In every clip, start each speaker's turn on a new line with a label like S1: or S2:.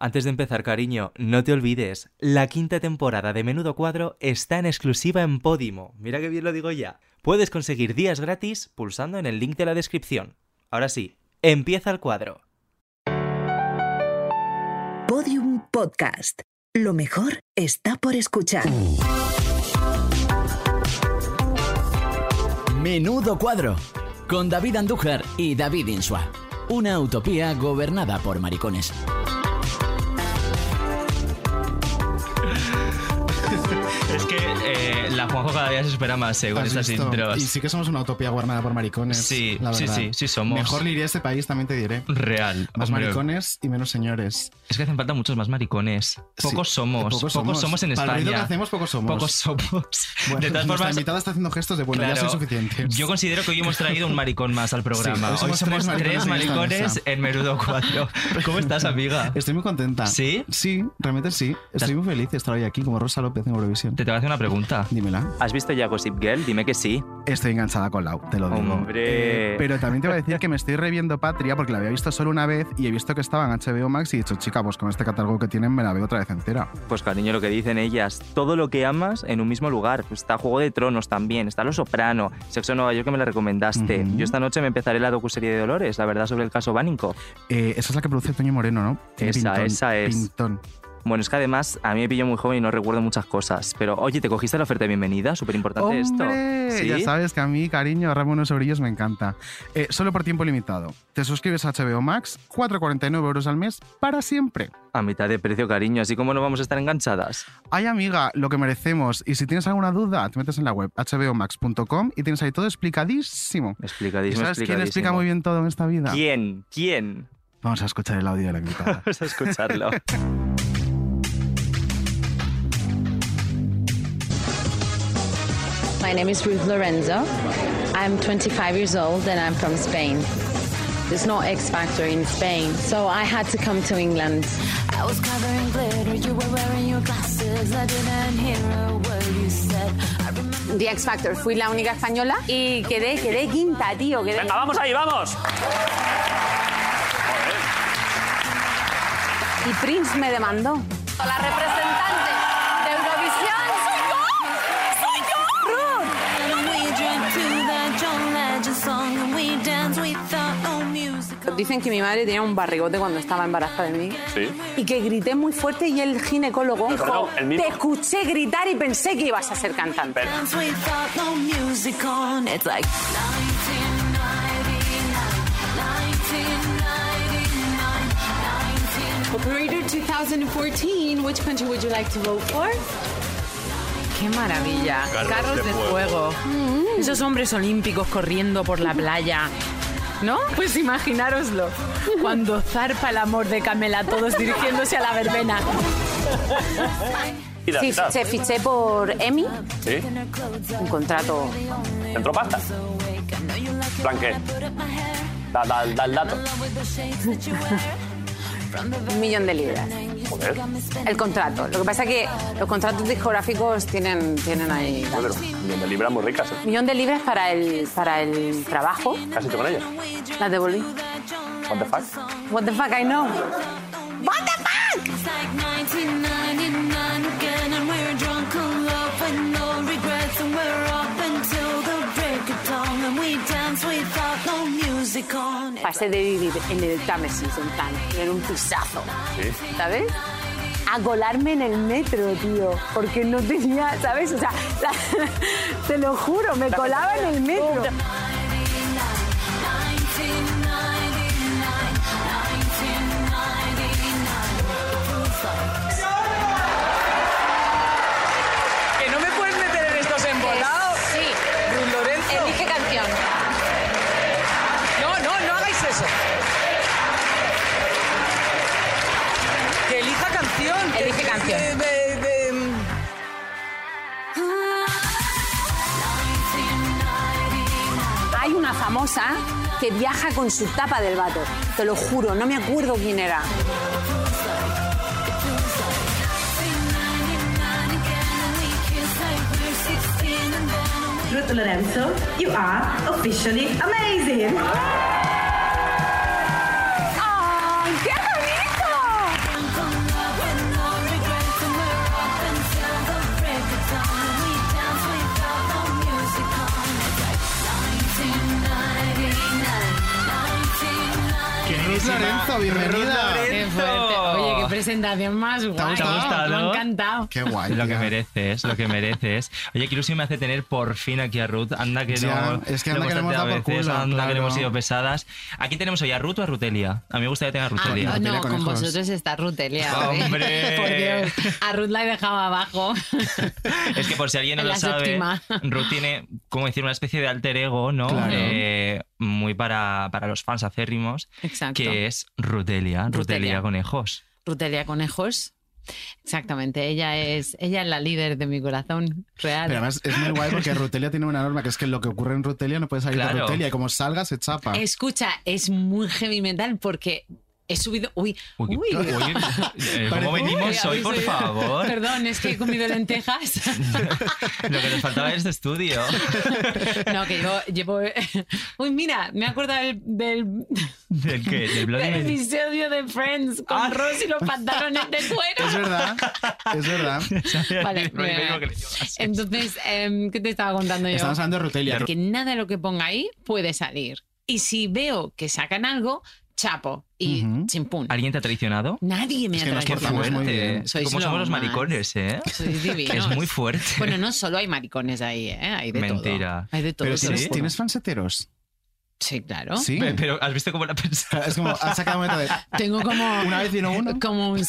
S1: Antes de empezar, cariño, no te olvides, la quinta temporada de Menudo Cuadro está en exclusiva en Podimo. Mira que bien lo digo ya. Puedes conseguir días gratis pulsando en el link de la descripción. Ahora sí, empieza el cuadro.
S2: Podium Podcast. Lo mejor está por escuchar.
S3: Menudo cuadro. Con David Andújar y David Insua. Una utopía gobernada por maricones.
S1: Es que eh, la Juanjo cada día se espera más, según
S4: ¿Has
S1: estas
S4: visto?
S1: intros.
S4: Y sí que somos una utopía guardada por maricones.
S1: Sí,
S4: la
S1: sí,
S4: verdad.
S1: sí, sí somos.
S4: Mejor ni iría a este país, también te diré.
S1: Real.
S4: Más
S1: hombre.
S4: maricones y menos señores.
S1: Es que hacen falta muchos más maricones.
S4: Sí, eh,
S1: Pocos somos. Pocos, somos en
S4: Para el ruido que
S1: España.
S4: hacemos, pocos somos.
S1: Pocos somos.
S4: Bueno,
S1: de todas
S4: nuestra
S1: formas,
S4: invitada está haciendo gestos de bueno, ya
S1: Claro.
S4: soy suficiente.
S1: Yo considero que hoy hemos traído un maricón más al programa.
S4: Sí, hoy
S1: hoy
S4: somos
S1: somos,
S4: tres
S1: tres
S4: maricones en esta
S1: maricones
S4: mesa.
S1: en Menudo 4. ¿Cómo estás, amiga?
S4: Estoy muy contenta.
S1: ¿Sí?
S4: Sí, realmente sí. Estoy muy feliz de estar hoy aquí como Rosa López en Eurovisión.
S1: Te te voy a hacer una pregunta.
S4: Dímela.
S1: ¿Has visto ya Gossip Girl? Dime que sí.
S4: Estoy enganchada con Lau, te lo digo.
S1: Hombre.
S4: Eh, pero también te voy a decir que me estoy reviendo Patria porque la había visto solo una vez y he visto que estaba en HBO Max y he dicho, chica, pues con este catálogo que tienen me la veo otra vez entera.
S1: Pues cariño, lo que dicen ellas, todo lo que amas en un mismo lugar. Está Juego de Tronos también, está Lo Soprano, Sexo en Nueva York que me la recomendaste.
S4: Ujú.
S1: Yo esta noche me empezaré la docuserie de Dolores, la verdad sobre el caso Bánico.
S4: Eh, esa es la que produce Toño Moreno, ¿no? Tiene
S1: Esa, esa es.
S4: Pintón.
S1: Bueno, es que además a mí me pillo muy joven y no recuerdo muchas cosas. Pero oye, ¿te cogiste la oferta de bienvenida? Súper importante esto.
S4: ¡Hombre! Ya sabes que a mí, cariño, Ramón Sobrillos me encanta. Eh, solo por tiempo limitado. Te suscribes a HBO Max, 4,49 euros al mes, para siempre.
S1: A mitad de precio, cariño, así como no vamos a estar enganchadas.
S4: Ay, amiga, lo que merecemos. Y si tienes alguna duda, te metes en la web hbomax.com y tienes ahí todo explicadísimo. ¿Y
S1: Explicadísimo,
S4: sabes quién explica muy bien todo en esta vida?
S1: ¿Quién? ¿Quién?
S4: Vamos a escuchar el audio de la invitada.
S1: Vamos a escucharlo.
S5: My name is Ruth Lorenzo. I'm 25 years old and I'm from Spain. There's no X Factor in Spain, so I had to come to England.
S6: I was covering glitter, you were wearing your glasses. I didn't hear a word you said. I remember
S5: The X Factor, fui la única española y quedé, quedé quinta, tío, quedé.
S7: Venga, vamos ahí, vamos.
S5: Y Prince me demandó. La representante de Eurovisión. ¡Soy yo!
S6: when we drank to that John Legend song and we danced without no music. on.
S5: Dicen que mi madre tenía un barrigote cuando estaba embarazada de mí.
S7: Sí.
S5: Y que grité muy fuerte y el ginecólogo dijo,
S7: perdón, el mismo.
S5: te escuché gritar y pensé que ibas a ser cantante.
S6: Dance without no music on. It's like 1999, 1999, 1999.
S8: Operator 2014, which country would you like to vote for?
S9: Qué maravilla. Carros, de, fuego.
S8: Mm.
S9: Esos hombres olímpicos corriendo por la playa. ¿No? Pues imaginároslo. Cuando zarpa el amor de Camela, todos dirigiéndose a la verbena.
S7: Y la
S5: Sí,
S7: mitad.
S5: se fiché por Emi,
S7: Sí.
S5: un contrato.
S7: Entró pasta. Plan qué. Da, da, da el dato.
S5: Un millón de libras.
S7: Joder.
S5: El contrato. Lo que pasa es que los contratos discográficos tienen, tienen ahí.
S7: Joder, me libras muy ricas. ¿eh?
S5: Millón de libras para el, para el trabajo.
S7: ¿Qué has hecho con ellas?
S5: Las devolví.
S7: What the fuck?
S5: What the fuck I know. What the fuck?
S6: It's like 1999 again, and we're drunk on love with no regrets, and we're up until the break of dawn, and we dance without no music on.
S5: Pasé de vivir en el Támesis, en plan, en un pisazo.
S7: Sí.
S5: ¿Sabes? A colarme en el metro, tío. Porque no tenía, ¿sabes? O sea, la- te lo juro, me colaba en el metro.
S6: 1999, 1999.
S9: Que no me puedes meter en estos embolados.
S5: Sí,
S9: Ruth Lorenzo.
S5: elige canción.
S9: No, no, no hagáis eso. Que elija canción. que-
S5: Elige canción.
S9: eh, eh, eh,
S5: Hay una famosa que viaja con su tapa del vato. Te lo juro, no me acuerdo quién era.
S10: Ruth Lorenzo, you are officially amazing.
S5: ¡Ay, qué bonito!
S6: Drunk on
S4: bienvenida.
S6: Qué fuerte. Oye, qué presentación más guay.
S1: ¿Te ha gustado?
S6: Me ha encantado.
S4: Qué guay.
S1: Lo que
S4: tía.
S1: mereces, lo que mereces. Oye, qué ilusión me hace tener por fin aquí a Ruth. Anda que
S4: Ya,
S1: no.
S4: es que anda
S1: lo
S4: que le hemos
S1: constaté a
S4: dado por
S1: veces,
S4: culo,
S1: Anda que le
S4: claro.
S1: hemos sido pesadas. Aquí tenemos hoy a Ruth o a Rutelia. A mí me gustaría tener a
S6: Ah,
S1: Rutelia.
S6: no, no, con vosotros está Rutelia. ¿eh?
S1: ¡Hombre!
S6: Por Dios. A Ruth la he dejado abajo.
S1: Es que por si alguien no
S6: En
S1: lo
S6: la
S1: sabe,
S6: séptima.
S1: Ruth tiene, como decir, una especie de alter ego, ¿no?
S4: Claro.
S1: Eh, muy para, para los fans acérrimos,
S6: Exacto.
S1: que es Rutelia, Rutelia
S6: Rutelia.
S1: Conejos.
S6: Rutelia Conejos. Exactamente, ella es, ella es la líder de mi corazón real.
S4: Pero además es muy guay porque Rutelia tiene una norma que es que lo que ocurre en Rutelia no puede salir de
S1: Claro.
S4: Rutelia y como salga se chapa.
S6: Escucha, es muy heavy metal porque he subido. Uy,
S1: Uy,
S6: uy.
S1: qué- oye, eh, ¿cómo
S4: Parece-
S1: venimos
S6: Uy,
S1: hoy,
S6: habéis
S1: por
S6: oído.
S1: favor?
S6: Perdón, es que he comido lentejas.
S1: Lo que nos faltaba es de estudio.
S6: No, que yo llevo. Uy, mira, me he acordado del, del,
S1: ¿Del qué? ¿Del Bloody
S6: del
S1: Mary?
S6: episodio de Friends con
S1: Ah.
S6: Ross y los pantalones de cuero.
S4: Es verdad, es verdad.
S6: Vale,
S1: Lo
S6: mira.
S1: mismo que le llevas.
S6: Entonces, em, ¿qué te estaba contando yo?
S4: Estamos hablando de Rutelia.
S6: que nada de lo que ponga ahí puede salir. Y si veo que sacan algo, chapo y
S4: Ujú.
S6: chimpún.
S1: ¿Alguien te ha traicionado?
S6: Nadie me
S4: Es
S6: ha
S4: que nos
S1: Qué
S6: traído.
S4: portamos muy
S1: fuerte.
S4: bien.
S6: Sois
S1: Como
S6: lo
S1: somos los
S6: más.
S1: maricones, ¿eh?
S6: Sois divinos.
S1: Es muy fuerte.
S6: Bueno, no solo hay maricones ahí, ¿eh? Hay de
S1: Mentira.
S6: todo. Hay de todo.
S4: Pero
S6: te lo
S4: tienes,
S6: juro.
S4: tienes fans heteros.
S6: Sí, claro.
S4: Sí.
S1: Pe- Pero ¿has visto cómo la pensado?
S4: Es como, has sacado meta de.
S6: Tengo como,
S4: Una vez y no uno.
S6: como un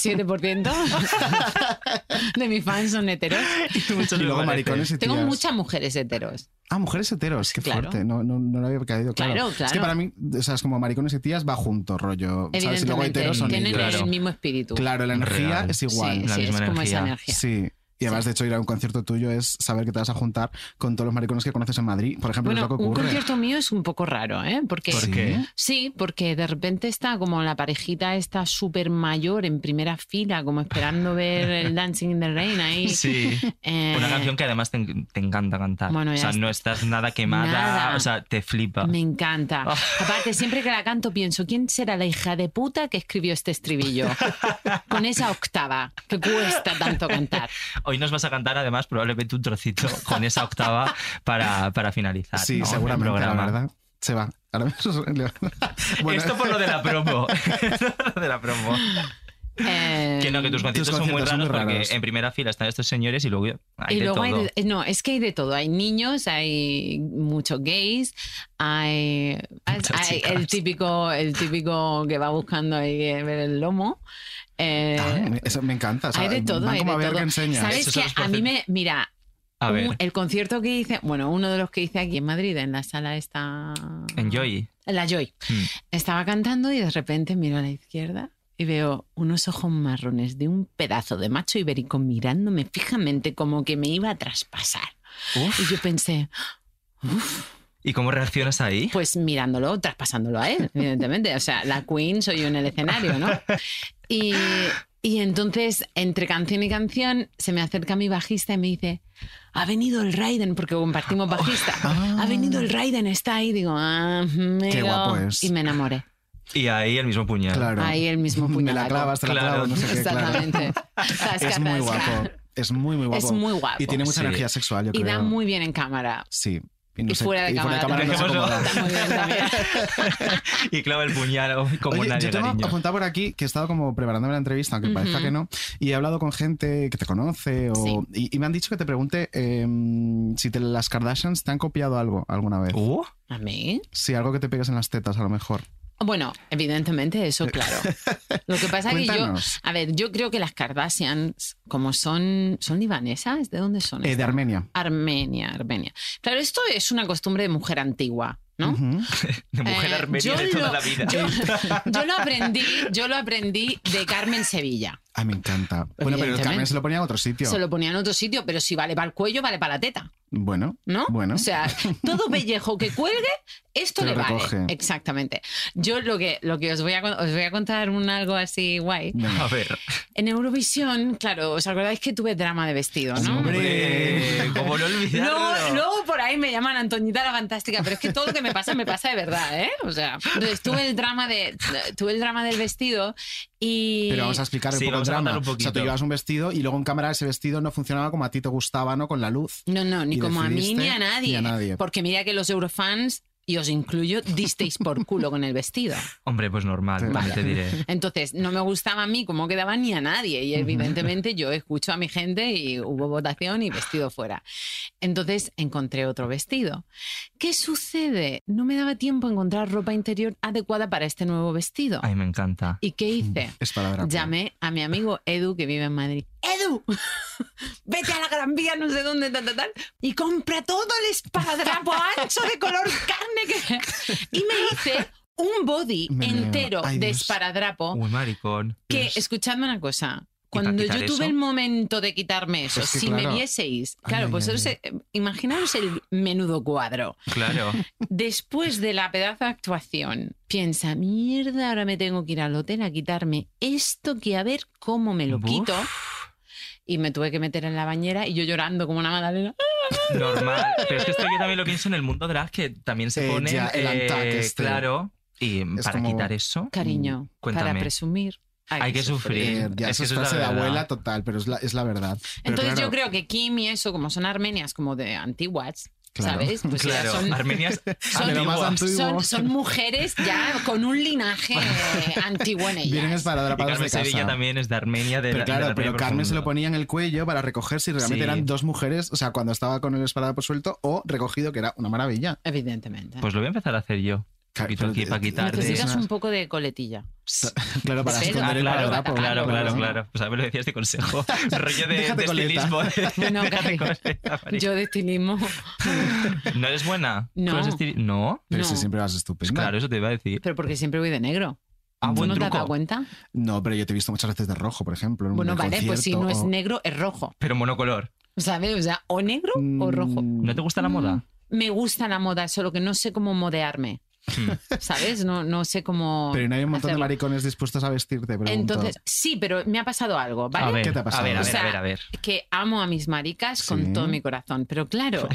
S6: 7% de mis fans son heteros.
S4: Y luego maricones y tías.
S6: Tengo muchas mujeres heteros.
S4: Ah, mujeres heteros, qué
S6: Claro.
S4: fuerte. No, no, no lo había caído claro.
S6: Claro,
S4: Es que
S6: claro.
S4: para mí, o sea, es como maricones y tías va junto, rollo. ¿Sabes? Y luego
S6: Evidentemente,
S4: heteros son
S6: tienen
S4: ellos.
S6: el
S1: Claro.
S6: mismo espíritu.
S4: Claro, la energía
S1: Real.
S4: es
S6: Sí,
S4: igual.
S1: la
S6: sí,
S1: misma
S6: es como esa
S1: energía.
S6: energía.
S4: Sí. Y además, de hecho, ir a un concierto tuyo es saber que te vas a juntar con todos los maricones que conoces en Madrid. Por ejemplo,
S6: Bueno,
S4: es lo que
S6: un
S4: ocurre.
S6: concierto mío es un poco raro, ¿eh? Porque
S1: ¿Por
S4: Sí.
S1: qué?
S6: Sí, porque de repente está como la parejita está súper mayor en primera fila, como esperando ver el Dancing in the Rain ahí.
S1: Sí.
S6: Eh,
S1: Una canción que además te, te encanta cantar.
S6: Bueno,
S1: o
S6: ya
S1: sea,
S6: está.
S1: no estás nada quemada.
S6: Nada.
S1: O sea, te flipa.
S6: Me encanta.
S1: Ah.
S6: Aparte, siempre que la canto pienso, ¿quién será la hija de puta que escribió este estribillo? Con esa octava que cuesta tanto cantar.
S1: Hoy nos vas a cantar además probablemente un trocito con esa octava para, para finalizar.
S4: Ah, Sí,
S6: Ah,
S1: ¿no? el
S4: seguramente, la
S1: programa.
S4: verdad. Se va. Ahora mismo- Bueno,
S1: Esto por lo de la promo. Esto por lo de la promo.
S6: Eh,
S1: Que no, que tus conciertos, son muy
S4: conciertos
S1: raros,
S4: son muy raros.
S1: porque en primera fila están estos señores y luego hay
S6: y
S1: de
S6: luego
S1: todo.
S6: hay de- no, es que hay de todo. Hay niños, hay muchos gays, hay,
S1: Muchas
S6: hay
S1: chicas.
S6: el típico, el típico que va buscando ahí eh, ver el lomo. Eh,
S4: ah, eso me encanta. o sea,
S6: hay de todo,
S4: van
S6: hay
S4: como
S6: de
S4: a ver
S6: todo.
S4: qué enseñas.
S6: Sabes
S1: Esos
S6: que
S1: son los
S6: a mí
S1: porcent-
S6: me, mira,
S1: A
S6: un-
S1: ver,
S6: el concierto que hice, bueno, uno de los que hice aquí en Madrid, en la sala esta,
S1: en Joy.
S6: la Joy,
S1: Mm.
S6: estaba cantando y de repente miro a la izquierda. Y veo unos ojos marrones de un pedazo de macho ibérico mirándome fijamente como que me iba a traspasar.
S1: Uf.
S6: Y yo pensé,
S1: ¿Y cómo reaccionas ahí?
S6: pues mirándolo, traspasándolo a él, evidentemente. O sea, la queen soy yo en el escenario, ¿no? Y, y entonces, entre canción y canción, se me acerca mi bajista y me dice, ha venido el Raiden, porque compartimos bajista. Ha venido el Raiden, está ahí. Digo, ah, mira".
S4: Ah. guapo es.
S6: Y me enamoré.
S1: Y ahí el mismo puñal.
S4: Claro.
S6: Ahí el mismo
S4: Me la
S6: puñalazo.
S4: clavas, te la
S1: Claro.
S4: clavo, no sé qué. claro.
S6: Exactamente. Tasca,
S4: Es muy
S6: tasca.
S4: guapo. Es muy, muy guapo.
S6: Es muy guapo.
S4: Y tiene mucha
S1: Sí.
S4: energía sexual, yo
S6: Y
S4: creo.
S6: da muy bien en cámara.
S4: Sí. no
S6: Y
S4: sé-
S6: fuera de
S4: y
S6: cámara.
S4: no se
S1: Dejémoslo.
S4: acomoda.
S6: Está muy bien también.
S1: Y clava el puñal oh, como
S4: Oye,
S1: nadie,
S4: yo tengo
S1: cariño.
S4: apuntado por aquí que he estado como preparándome la entrevista, aunque parezca
S6: Ujú.
S4: que no, y he hablado con gente que te conoce o-
S6: Sí.
S4: y, y me han dicho que te pregunte eh, si te- las Kardashians te han copiado algo alguna vez.
S1: Uh,
S6: ¿A mí?
S4: Sí, algo que te pegues en las tetas a lo mejor.
S6: Bueno, evidentemente eso, claro. Lo que pasa es que yo,
S4: Cuéntanos.
S6: a ver, yo creo que las Kardashians, como son, son libanesas, ¿de dónde son?
S4: Eh, de
S6: estas?
S4: Armenia.
S6: Armenia, Armenia. Claro, esto es una costumbre de mujer antigua, ¿no?
S4: Ujú.
S1: de mujer
S6: Eh,
S1: armenia
S6: yo
S1: de toda
S6: lo-
S1: la vida.
S6: Yo, yo lo aprendí, yo lo aprendí de Carmen Sevilla.
S4: Ay, Ah, me encanta. Bueno, pero el
S6: Evidentemente.
S4: Carmen se lo ponía en otro sitio.
S6: Se lo ponía en otro sitio, pero si vale para el cuello, vale para la teta,
S4: Bueno,
S6: ¿no?
S4: bueno.
S6: O sea, todo pellejo que cuelgue, esto
S4: Te lo
S6: le vale.
S4: recoge.
S6: Exactamente. Yo lo que, lo que os, voy a, con- os voy a contar un algo así guay.
S4: venga.
S1: A ver.
S6: En Eurovisión, claro, ¿os acordáis que tuve drama de vestido, no?
S1: Hombre, ¿cómo no olvidarlo?
S6: Luego, luego por ahí me llaman Antoñita la fantástica, pero es que todo lo que me pasa me pasa de verdad, ¿eh? O sea, entonces tuve el drama de tuve el drama del vestido y
S4: Pero vamos a explicar
S1: Sí,
S4: un poco el
S1: vamos a contar
S4: drama.
S1: un
S4: o sea, tú
S1: poquito.
S4: llevas un vestido y luego en cámara ese vestido no funcionaba como a ti te gustaba, ¿no? Con la luz.
S6: no, no,
S4: y
S6: ni como a mí ni
S4: decidiste
S6: a, nadie,
S4: ni a nadie.
S6: porque mira que los eurofans y os incluyo, disteis por culo con el vestido.
S1: Hombre, pues normal, también te diré.
S6: Entonces, no me gustaba a mí cómo quedaba ni a nadie. Y evidentemente yo escucho a mi gente y hubo votación y vestido fuera. Entonces encontré otro vestido. ¿Qué sucede? No me daba tiempo a encontrar ropa interior adecuada para este nuevo vestido.
S1: Ay, mm, me encanta.
S6: ¿Y qué hice?
S4: Es palabra.
S6: Llamé a mi amigo Edu, que vive en Madrid. ¡Edu! Vete a la Gran Vía, no sé dónde, tal, tal, tal, y compra todo el espadrapo ancho de color carne que... Y me hice un body
S1: Me meo.
S6: entero
S1: Ay,
S6: de
S1: Dios.
S6: esparadrapo
S1: Uy, maricón.
S6: que,
S1: Dios.
S6: escuchadme una cosa,
S1: para
S6: cuando yo
S1: Pues quitar
S6: tuve
S1: eso?
S6: el momento de quitarme eso,
S1: Es que
S6: si
S1: claro.
S6: me vieseis,
S1: Ay,
S6: claro,
S1: ay,
S6: pues
S1: ay,
S6: os- eh, imaginaos el menudo cuadro.
S1: Claro.
S6: Después de la pedazo de actuación, piensa, mierda, ahora me tengo que ir al hotel a quitarme esto que a ver cómo me lo quito. Y me tuve que meter en la bañera y yo llorando como una magdalena.
S1: Mm, Normal. Pero es que esto yo también lo pienso en el mundo drag, que también se
S6: Eh,
S1: pone.
S6: ya, el
S4: antaque este.
S1: Claro. Y
S4: Es
S1: para
S4: como-
S1: quitar eso.
S6: Cariño, para
S1: Cuéntame.
S6: presumir. Hay,
S1: Hay que sufrir.
S4: Eh, ya,
S1: Es
S4: eso
S1: que
S4: es
S1: eso es la
S4: frase de
S1: verdad.
S4: abuela total, pero es la, es la verdad. Pero
S6: Entonces
S4: claro,
S6: yo creo que Kim y eso, como son armenias, como de antiguas,
S4: Claro.
S6: ¿sabes? Pues ya
S1: claro,
S6: son,
S1: armenias
S6: son,
S4: de lo más
S6: son-
S4: antiguo.
S6: son mujeres ya con un linaje eh, antiguo en
S4: Vienen
S6: ellas.
S1: Y
S4: esparadrapados
S1: Carmen
S4: de casa.
S1: Sevilla también es de Armenia. De
S4: Pero
S1: la- de
S4: claro,
S1: la
S4: pero
S1: Armenia
S4: Carmen se
S1: profunda.
S4: lo ponía en el cuello para recoger si realmente
S1: Sí.
S4: eran dos mujeres, o sea, cuando estaba con el esparadrapo suelto o recogido, que era una maravilla.
S6: Evidentemente.
S1: Pues lo voy a empezar a hacer yo. Un poquito aquí para quitar de-
S6: Necesitas un poco de coletilla.
S4: Claro, para
S1: Ah,
S6: pelo.
S4: esconder el
S1: claro,
S4: esparadrapo.
S1: Claro, claro, claro. Pues a ver, lo decía este consejo. Rollo de,
S4: Déjate
S1: de
S4: coleta.
S1: estilismo. de-
S6: No,
S1: déjate
S6: Carmen.
S1: coleta, Mari.
S6: Yo de estilismo.
S1: ¿No eres buena?
S6: No.
S1: ¿Con los estili- ¿No?
S4: Pero
S6: No.
S4: si siempre vas
S1: Pues
S4: estupenda.
S1: Claro, eso te iba a decir.
S6: Pero porque siempre voy de negro.
S1: Ah,
S6: ¿Tú
S1: buen
S6: no te has dado
S1: truco.
S6: cuenta?
S4: No, pero yo te he visto muchas veces de rojo, por ejemplo. en un
S6: Bueno, vale, pues
S4: concierto
S6: si no es
S4: o-
S6: negro, es rojo.
S1: Pero monocolor.
S6: ¿Sabes? O sea, o negro
S4: Mm.
S6: o rojo.
S1: ¿No te
S6: Mm,
S1: gusta la moda?
S6: Me gusta la moda, solo que no sé cómo modearme. ¿Sabes? No, no sé cómo.
S4: Hmm. Pero no hay un montón de
S6: hacerlo.
S4: maricones dispuestos a vestirte, pregunto.
S6: Entonces, sí, pero me ha pasado algo, ¿vale?
S4: A ver, ¿Qué te ha pasado?
S1: A ver, a
S6: O
S1: ver,
S6: sea,
S1: a ver, a ver.
S6: Que amo a mis maricas con todo mi corazón, pero claro,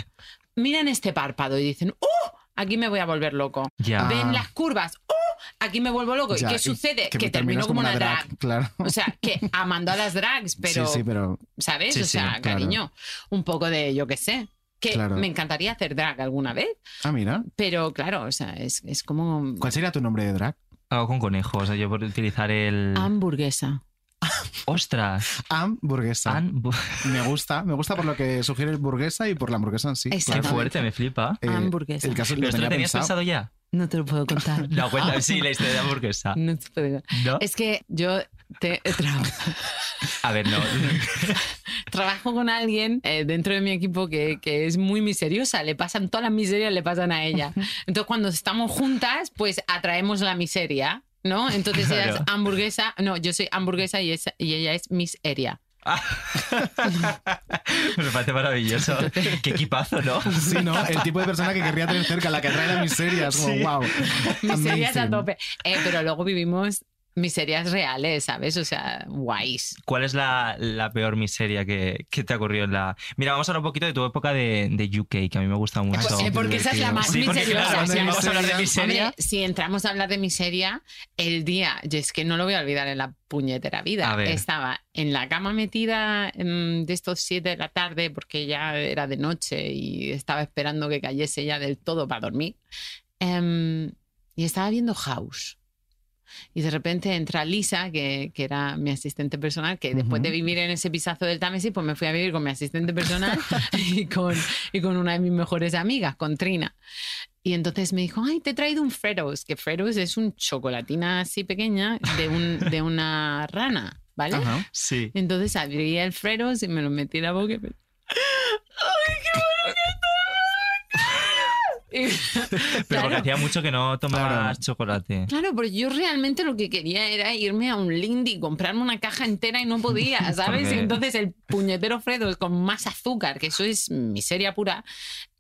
S6: miran este párpado y dicen, ¡uh! Aquí me voy a volver loco.
S1: Ya.
S6: Ven
S1: Ah.
S6: las curvas, ¡uh! Aquí me vuelvo loco.
S4: Ya,
S6: ¿Y
S4: y
S6: qué sucede? Que,
S4: me
S6: termino
S4: terminas
S6: como una drag.
S4: Claro.
S6: O sea, que amando a las drags, pero.
S4: Sí, sí, pero...
S6: ¿Sabes?
S4: Sí,
S6: o
S4: sí,
S6: sea,
S4: claro.
S6: cariño, un poco de yo qué sé. Que
S4: Claro.
S6: me encantaría hacer drag alguna vez,
S4: Ah, mira.
S6: pero claro, o sea, es, es como.
S4: ¿Cuál sería tu nombre de drag?
S1: Hago con conejos. O sea, yo por utilizar el.
S6: Hamburguesa.
S1: ¡Ostras!
S4: Hamburguesa. Me gusta, me gusta por lo que sugiere el burguesa y por la hamburguesa en sí.
S1: ¡Qué
S6: Exactamente.
S1: fuerte! Me flipa.
S4: Eh,
S6: Hamburguesa.
S4: El caso
S1: ¿Pero
S4: lo
S1: esto
S4: tenía
S1: lo tenías
S4: pensado.
S1: pensado ya?
S6: No te lo puedo contar. Ah.
S1: No, cuenta, sí, la historia de hamburguesa.
S6: No te puedo contar.
S1: ¿No?
S6: Es que yo te- tra-
S1: A ver, no.
S6: trabajo con alguien eh, dentro de mi equipo que, que es muy miseriosa. Le pasan todas las miserias, le pasan a ella. Entonces, cuando estamos juntas, pues atraemos la miseria, ¿no? Entonces, ella es
S1: Claro.
S6: hamburguesa. No, yo soy hamburguesa y, es- y ella es miseria.
S1: Ah. Me parece maravilloso. Qué equipazo, ¿no?
S4: Sí, ¿no? El tipo de persona que querría tener cerca, la que trae la miseria. Es como,
S1: Sí.
S4: wow.
S6: Miserias a
S4: amazing.
S6: tope. Eh, pero luego vivimos miserias reales, ¿sabes? O sea, guays.
S1: ¿Cuál es la, la peor miseria que, que te ha ocurrido en la...? Mira, vamos a hablar un poquito de tu época de, de UK, que a mí me gusta mucho.
S6: Pues, eh, porque esa es la más
S1: Sí, porque,
S6: misteriosa.
S1: claro,
S6: claro.
S1: vamos a hablar de miseria.
S6: Hombre, si entramos a hablar de miseria, el día, yo es que no lo voy a olvidar en la puñetera
S1: A
S6: vida,
S1: ver.
S6: estaba en la cama metida mm, de estos 7 de la tarde porque ya era de noche y estaba esperando que cayese ya del todo para dormir. Em, y estaba viendo House. Y de repente entra Lisa, que, que era mi asistente personal, que después de vivir en ese pisazo del Támesis, pues me fui a vivir con mi asistente personal y, con, y con una de mis mejores amigas, con Trina. Y entonces me dijo, ay, te he traído un Fredos, que Fredos es un chocolatina así pequeña de, un, de una rana, ¿vale?
S4: Ajá.
S1: Sí.
S6: Entonces abrí el Fredos y me lo metí en la boca. y me- ¡Ay, qué bueno que está! Y-
S1: Pero porque
S6: Claro.
S1: hacía mucho que no tomabas
S4: Claro.
S1: chocolate.
S6: Claro, pero yo realmente lo que quería era irme a un Lindy y comprarme una caja entera y no podía, ¿sabes?
S1: Porque-
S6: Y entonces el puñetero Fredo con más azúcar, que eso es miseria pura,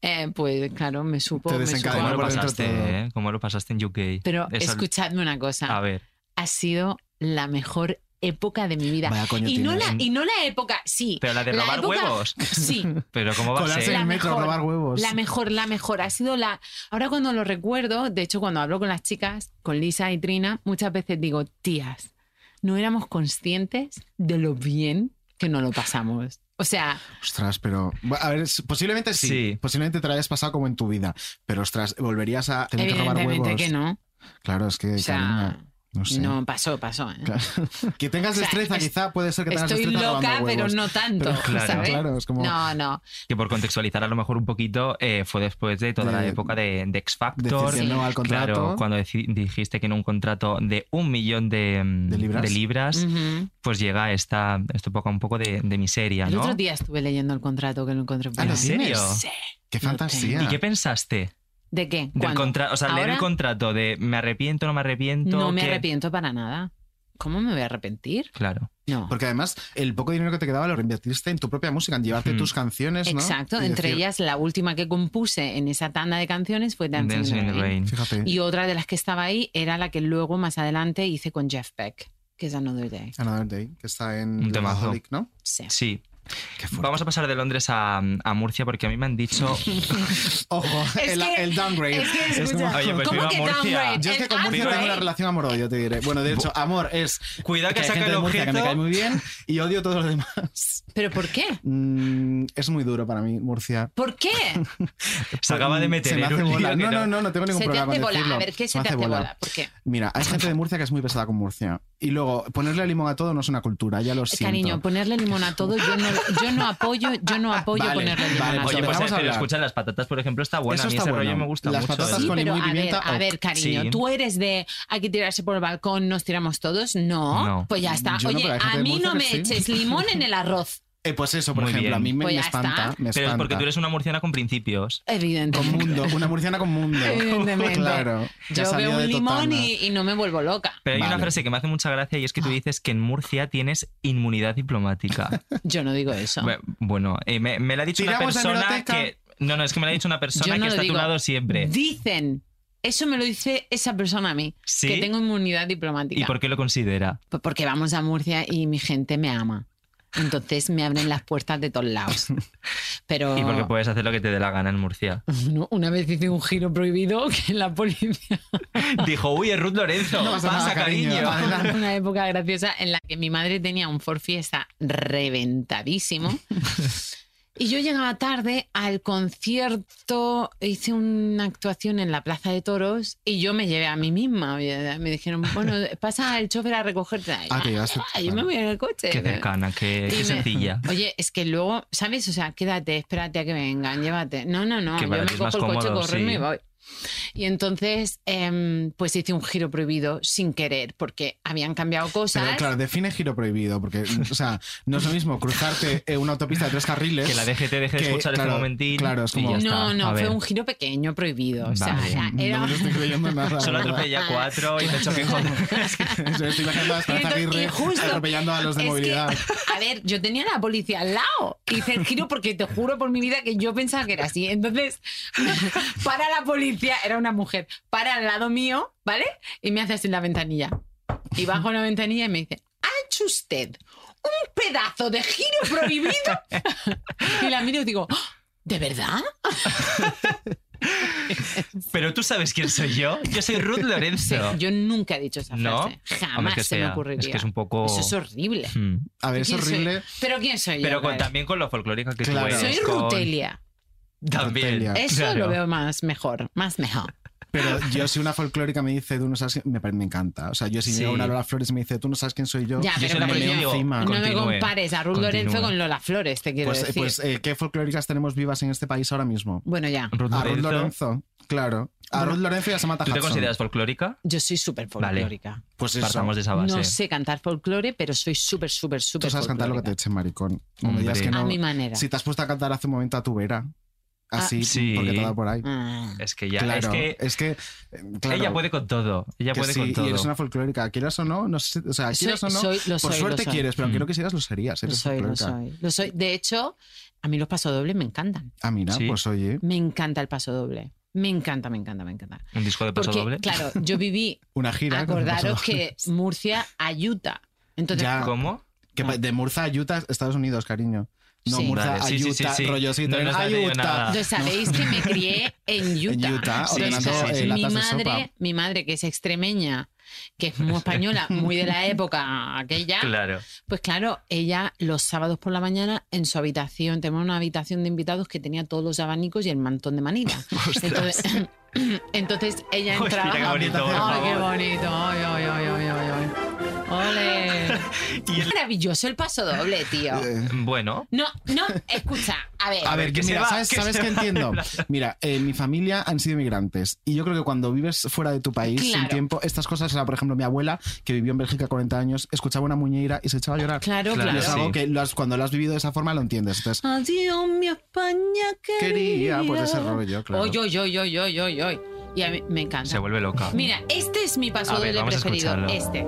S6: eh, pues claro, me supo.
S4: Te
S6: me supo
S4: desencadenó
S1: ¿Cómo
S6: algo.
S1: lo
S4: por dentro
S1: pasaste,
S4: todo.
S1: eh? ¿Cómo lo pasaste en UK?
S6: Pero
S1: Eso-
S6: escuchadme una cosa,
S4: Ah.
S1: A ver.
S6: ha sido la mejor época de mi vida.
S4: Vaya coño
S6: y, no
S4: tienes.
S6: la, y no la época, sí.
S1: Pero la de robar
S6: época-
S1: huevos.
S6: Sí,
S1: Pero ¿cómo va a
S4: Colarse en
S1: ser?
S4: el metro,
S6: mejor.
S4: robar huevos.
S6: La mejor, la mejor. Ha sido la. Ahora cuando lo recuerdo, de hecho, cuando hablo con las chicas, con Lisa y Trina, muchas veces digo, tías, no éramos conscientes de lo bien que nos lo pasamos. O sea,
S4: Ostras, pero. A ver, es- posiblemente sí.
S1: Sí.
S4: Posiblemente te la hayas pasado como en tu vida. Pero ostras, volverías a tener que robar
S6: evidentemente
S4: huevos.
S6: que no.
S4: Claro, es que.
S6: O sea,
S4: cariño, no sé.
S6: No, pasó, pasó. ¿eh?
S4: Claro. Que tengas
S6: O sea,
S4: destreza,
S6: es-
S4: quizá puede ser que tengas
S6: Estoy
S4: destreza
S6: loca,
S4: robando
S6: pero
S4: huevos.
S6: no tanto.
S4: Pero-
S1: Claro.
S6: ¿sabes?
S4: Claro, es como- "Ah,
S6: No, no.
S1: Que por contextualizar a lo mejor un poquito, eh, fue después de toda la
S4: De-
S1: época de, de X Factor.
S4: decir que no Sí. al contrato.
S1: Claro, cuando deci- dijiste que en un contrato de un millón de, mm,
S4: ¿De libras?
S1: libras,
S6: Ujú.
S1: pues llega esta, esto poco un poco de, de miseria,
S6: El
S1: ¿no?
S6: otro día estuve leyendo el contrato que lo encontré. por
S4: ¿Ah,
S1: ¿En
S6: ahí.
S1: serio?
S6: Sí.
S4: Qué fantasía.
S1: ¿Y qué pensaste?
S6: ¿De qué?
S1: Del
S6: ¿Cuándo?
S1: contra o sea, leer el
S6: ¿Ahora?
S1: contrato de me arrepiento, no me arrepiento.
S6: No me
S1: ¿qué?
S6: arrepiento para nada. ¿Cómo me voy a arrepentir?
S1: Claro.
S6: No.
S4: Porque además, el poco dinero que te quedaba lo reinvertiste en tu propia música, en llevarte
S1: Hmm.
S4: tus canciones, ¿no?
S6: Exacto,
S4: Y
S6: entre
S4: decir,
S6: ellas la última que compuse en esa tanda de canciones fue Dancing,
S1: Dancing
S6: in the Rain.
S4: Fíjate.
S6: Y otra de las que estaba ahí era la que luego más adelante hice con Jeff Beck, que es Another Day.
S4: Another Day, que está en
S1: Un temazo.
S4: Lovaholic, ¿no?
S6: Sí.
S1: Sí.
S4: Qué fuerte.
S1: Vamos a pasar de Londres a, a Murcia porque a mí me han dicho.
S4: Ojo,
S6: Es
S4: el,
S6: que-
S4: el downgrade.
S6: es que,
S4: Es
S6: escucha,
S4: como-
S1: Oye, pues
S6: ¿cómo
S1: viva
S6: que
S1: Murcia.
S6: downgrade?
S4: Yo es que con
S6: El
S4: Murcia tengo una
S6: upgrade.
S4: relación amor-odio, yo te diré. Bueno, de hecho, amor es.
S1: Cuidado que
S4: hay
S1: saca
S4: gente
S1: el
S4: de Murcia que me cae
S1: objeto.
S4: muy bien y odio todo lo demás.
S6: ¿Pero por qué?
S4: Mm, es muy duro para mí, Murcia.
S6: ¿Por qué?
S1: Se acaba de meter
S4: Se me
S1: en
S4: hace
S1: un lío
S4: bola.
S1: que
S4: No, no, no, no tengo ningún
S6: se te
S4: problema
S6: hace
S4: con
S6: bola.
S4: decirlo.
S6: A ver, ¿qué se,
S4: me
S6: te hace bola? ¿Por qué?
S4: Mira, hay gente de Murcia que es muy pesada con Murcia. Y luego, ponerle limón a todo no es una cultura, ya lo siento.
S6: Eh, Cariño, ponerle limón a todo, yo no, yo no apoyo, yo no apoyo
S4: Vale,
S6: ponerle limón
S4: vale,
S6: a
S1: Oye,
S6: todo.
S1: pues
S4: Vamos a
S1: eh, pero
S4: hablar.
S1: escucha, las patatas, por ejemplo, está buena.
S4: Eso
S1: a mí
S4: está
S1: ese
S4: bueno.
S1: rollo me gusta
S4: Las
S1: mucho.
S4: patatas
S1: ¿eh?
S6: Sí,
S4: con
S6: pero
S4: limón y
S6: a ver,
S4: pimienta,
S6: a
S4: ok.
S6: ver, cariño,
S1: Sí.
S6: tú eres de hay que tirarse por el balcón, nos tiramos todos. No,
S1: No.
S6: pues ya está.
S4: Yo no,
S6: Oye,
S4: pero hay gente
S6: a
S4: de
S6: mí
S4: Murcia
S6: no
S4: que
S6: me
S4: sí.
S6: eches limón en el arroz,
S4: Eh, pues eso, por
S1: Muy
S4: ejemplo,
S1: bien.
S4: a mí me,
S6: Pues
S4: me
S6: ya
S4: espanta.
S6: está.
S4: Me
S1: Pero es
S4: espanta.
S1: porque tú eres una murciana con principios.
S4: Con
S6: evidentemente.
S4: mundo, una murciana con mundo.
S6: Evidentemente.
S4: Claro. ya
S6: Yo
S4: salió
S6: veo
S4: de
S6: un limón
S4: Totana.
S6: y, y no me vuelvo loca.
S1: Pero hay una
S4: Vale. Ah.
S1: frase que me hace mucha gracia y es que tú dices que en Murcia tienes inmunidad diplomática.
S6: Yo no digo eso.
S1: Bu- Bueno, eh, me, me la ha dicho una
S4: ¿Tiramos la
S1: persona
S4: hemeroteca?
S1: que. No, no, es que me la ha dicho una persona
S6: Yo no
S1: que
S6: lo
S1: está a tu
S6: digo.
S1: lado siempre.
S6: Dicen, eso me lo dice esa persona a mí,
S1: ¿Sí?
S6: que tengo inmunidad
S1: ¿Y
S6: diplomática.
S1: por qué lo considera?
S6: Pues Porque vamos a Murcia y mi gente me ama. Entonces me abren las puertas de todos lados. Pero
S1: Y
S4: Ah.
S1: porque puedes hacer lo que te dé la gana en Murcia.
S6: No, una vez hice un giro prohibido que la policía.
S1: Dijo, uy, es Ruth Lorenzo.
S4: No pasa
S1: pasa,
S4: nada,
S1: cariño.
S4: cariño. Adelante.
S6: una época graciosa en la que mi madre tenía un Ford Fiesta reventadísimo. Y yo llegaba tarde al concierto, hice una actuación en la Plaza de Toros y yo me llevé a mí misma. Oye, Me dijeron, bueno, pasa el chofer a recogerte. Ay,
S4: Ah, te llevaste-
S6: ay, yo me voy en el coche.
S1: Qué cercana, qué, qué
S6: Dime.
S1: sencilla.
S6: Oye, es que luego, ¿sabes? O sea, quédate, espérate a que vengan, llévate. No, no, no,
S1: Que
S6: yo
S1: para
S6: me
S1: ti es
S6: cojo el
S1: más
S6: coche,
S1: cómodo,
S6: corro y me
S1: sí.
S6: voy. Y entonces, em, pues hice un giro prohibido sin querer, porque habían cambiado cosas.
S4: Pero claro, define giro prohibido, porque, o sea, no es lo mismo cruzarte eh, una autopista de tres carriles.
S1: Que la DGT deje de
S4: que,
S1: escuchar
S4: claro,
S1: este momentín.
S4: claro, es como-
S1: y ya está.
S6: no,
S1: A
S6: no, fue
S1: ver.
S6: un giro pequeño prohibido. O sea,
S1: Vale.
S6: era- Ah, era-
S4: No me lo estoy creyendo nada.
S1: Solo
S4: la verdad.
S1: atropellé a cuatro y me choqué con.
S4: Estoy imaginando a Esperanza
S6: Y entonces- y
S4: Aguirre
S6: justo-
S4: atropellando a los de
S6: Es que,
S4: movilidad.
S6: a ver, yo tenía a la policía al lado. Hice el giro porque te juro por mi vida que yo pensaba que era así. Entonces, para la policía, era una mujer, para al lado mío, ¿vale? Y me hace así en la ventanilla. Y bajo la ventanilla y me dice, ¿ha hecho usted un pedazo de giro prohibido? Y la miro y digo, "¿Ah, ¿de verdad?
S1: Pero tú sabes quién soy yo. Yo soy Ruth Lorenzo.
S6: Yo nunca he dicho esa frase.
S1: ¿No?
S6: Jamás
S1: Hombre, que
S6: se me
S1: sea.
S6: ocurriría.
S1: Es que es un poco.
S6: Eso es horrible.
S1: Hmm.
S4: A ver, es
S6: ¿Quién soy?
S4: horrible.
S6: Pero ¿quién soy yo?
S1: Pero con-
S6: Claro.
S1: también con lo folclórica que
S4: Claro.
S1: tú eres.
S6: Soy
S1: con-
S6: Rutelia.
S1: También.
S4: Rutelia.
S6: Eso
S1: Claro.
S6: lo veo más mejor, más mejor.
S4: Ah, Pero yo, si una folclórica me dice, tú no sabes, quién-", me, pare- me encanta. O sea, yo, si
S1: Sí.
S4: llega una Lola Flores y me dice, tú no sabes quién soy yo,
S6: Ya,
S1: Yo
S6: pero
S1: soy la
S6: no
S1: primera que
S6: me-
S1: digo,
S4: encima.
S6: No me
S1: continúe,
S6: compares a Ruth
S1: continúe.
S6: Lorenzo con Lola Flores, te quiero
S4: pues, eh,
S6: decir.
S4: pues, eh, ¿qué folclóricas tenemos vivas en este país ahora mismo?
S6: bueno, ya.
S1: Ruth
S4: A Ruth
S1: Lorenzo.
S4: Lorenzo, claro. A Ruth Lorenzo y a Samantha
S1: ¿Tú te
S4: Hudson.
S1: consideras folclórica?
S6: Yo soy súper folclórica.
S4: Pues eso.
S1: Partamos de esa base.
S6: No sé cantar folclore, pero soy súper, súper,
S4: Tú
S6: súper
S4: sabes cantar lo que te
S6: folclórica.
S4: eche, maricón. No me
S1: Hombre.
S4: digas que no.
S6: A mi manera.
S4: Si te has puesto a cantar hace un momento a tu vera.
S6: Ah.
S4: Así,
S1: Sí.
S4: porque te ha dado por ahí.
S6: Ah.
S1: Es que ya.
S4: claro,
S1: es que
S4: eh, claro,
S1: ella puede con todo. Ella
S4: que
S1: puede
S4: sí,
S1: con todo.
S4: Y eres una folclórica, quieras o no, no sé, o sea,
S6: Soy-
S4: quieras o no,
S6: soy- lo
S4: por
S6: soy,
S4: suerte
S6: lo soy.
S4: quieres, pero aunque
S1: Mm.
S4: no quisieras, lo serías.
S6: Lo
S4: Eres
S6: soy, lo
S4: folclórica.
S6: soy. Lo soy. De hecho, a mí los pasodobles me encantan.
S4: Ah, mira,
S1: Sí.
S4: pues oye,
S6: Me encanta el pasodoble. Me encanta, me encanta, me encanta.
S1: Un disco de paso
S6: Porque,
S1: doble.
S6: claro, yo viví,
S4: una gira. con
S6: acordaros
S4: paso-
S6: que Murcia ayuda. Entonces,
S4: Ya.
S1: ¿Cómo?
S4: que pa- de Murcia a Utah, Estados Unidos, cariño. No,
S6: Sí.
S4: Murcia a
S1: Vale, sí, sí, sí,
S4: Utah,
S1: sí.
S4: rollo así,
S1: No
S4: también,
S1: nos has
S4: a
S1: leído
S4: Utah.
S1: nada.
S6: Entonces sabéis que me crié en Utah.
S4: En Utah,
S6: Entonces,
S1: ordenando, eh,
S6: mi,
S4: latas de sopa.
S6: madre, mi madre, que es extremeña, que es muy española, muy de la época aquella.
S1: Claro.
S6: Pues claro, ella los sábados por la mañana en su habitación, tenemos una habitación de invitados que tenía todos los abanicos y el mantón de manila. Entonces, entonces ella
S1: Uy,
S6: entraba.
S1: mira qué bonito, por
S6: Ay, qué
S1: favor.
S6: bonito. Ay, ay, ay, ay, ay, ay. Ole. Maravilloso el paso doble, tío.
S4: Eh.
S1: Bueno.
S6: No, no, escucha, a ver.
S4: A ver,
S1: que se
S4: mira,
S1: va,
S4: ¿sabes,
S1: que
S4: sabes
S1: se
S4: qué
S1: va de
S4: entiendo?
S1: plaza.
S4: Mira, eh, mi familia han sido migrantes y yo creo que cuando vives fuera de tu país un
S6: Claro.
S4: tiempo, estas cosas, era, por ejemplo, mi abuela, que vivió en Bélgica 40 años, escuchaba una muñeira y se echaba a llorar.
S6: Claro,
S4: Y
S6: claro.
S4: Es algo
S6: Sí.
S4: que lo has- cuando lo has vivido de esa forma lo entiendes. Entonces,
S6: Adiós, mi España querida.
S4: Quería, pues, ese rollo, claro.
S6: Oy, oy, oy, oy, oy, oy, oy. Y a mí me encanta.
S1: Se vuelve loca.
S6: Mira, este es mi paso
S1: A ver,
S6: doble
S1: vamos a
S6: preferido.
S1: escucharlo.
S6: Este.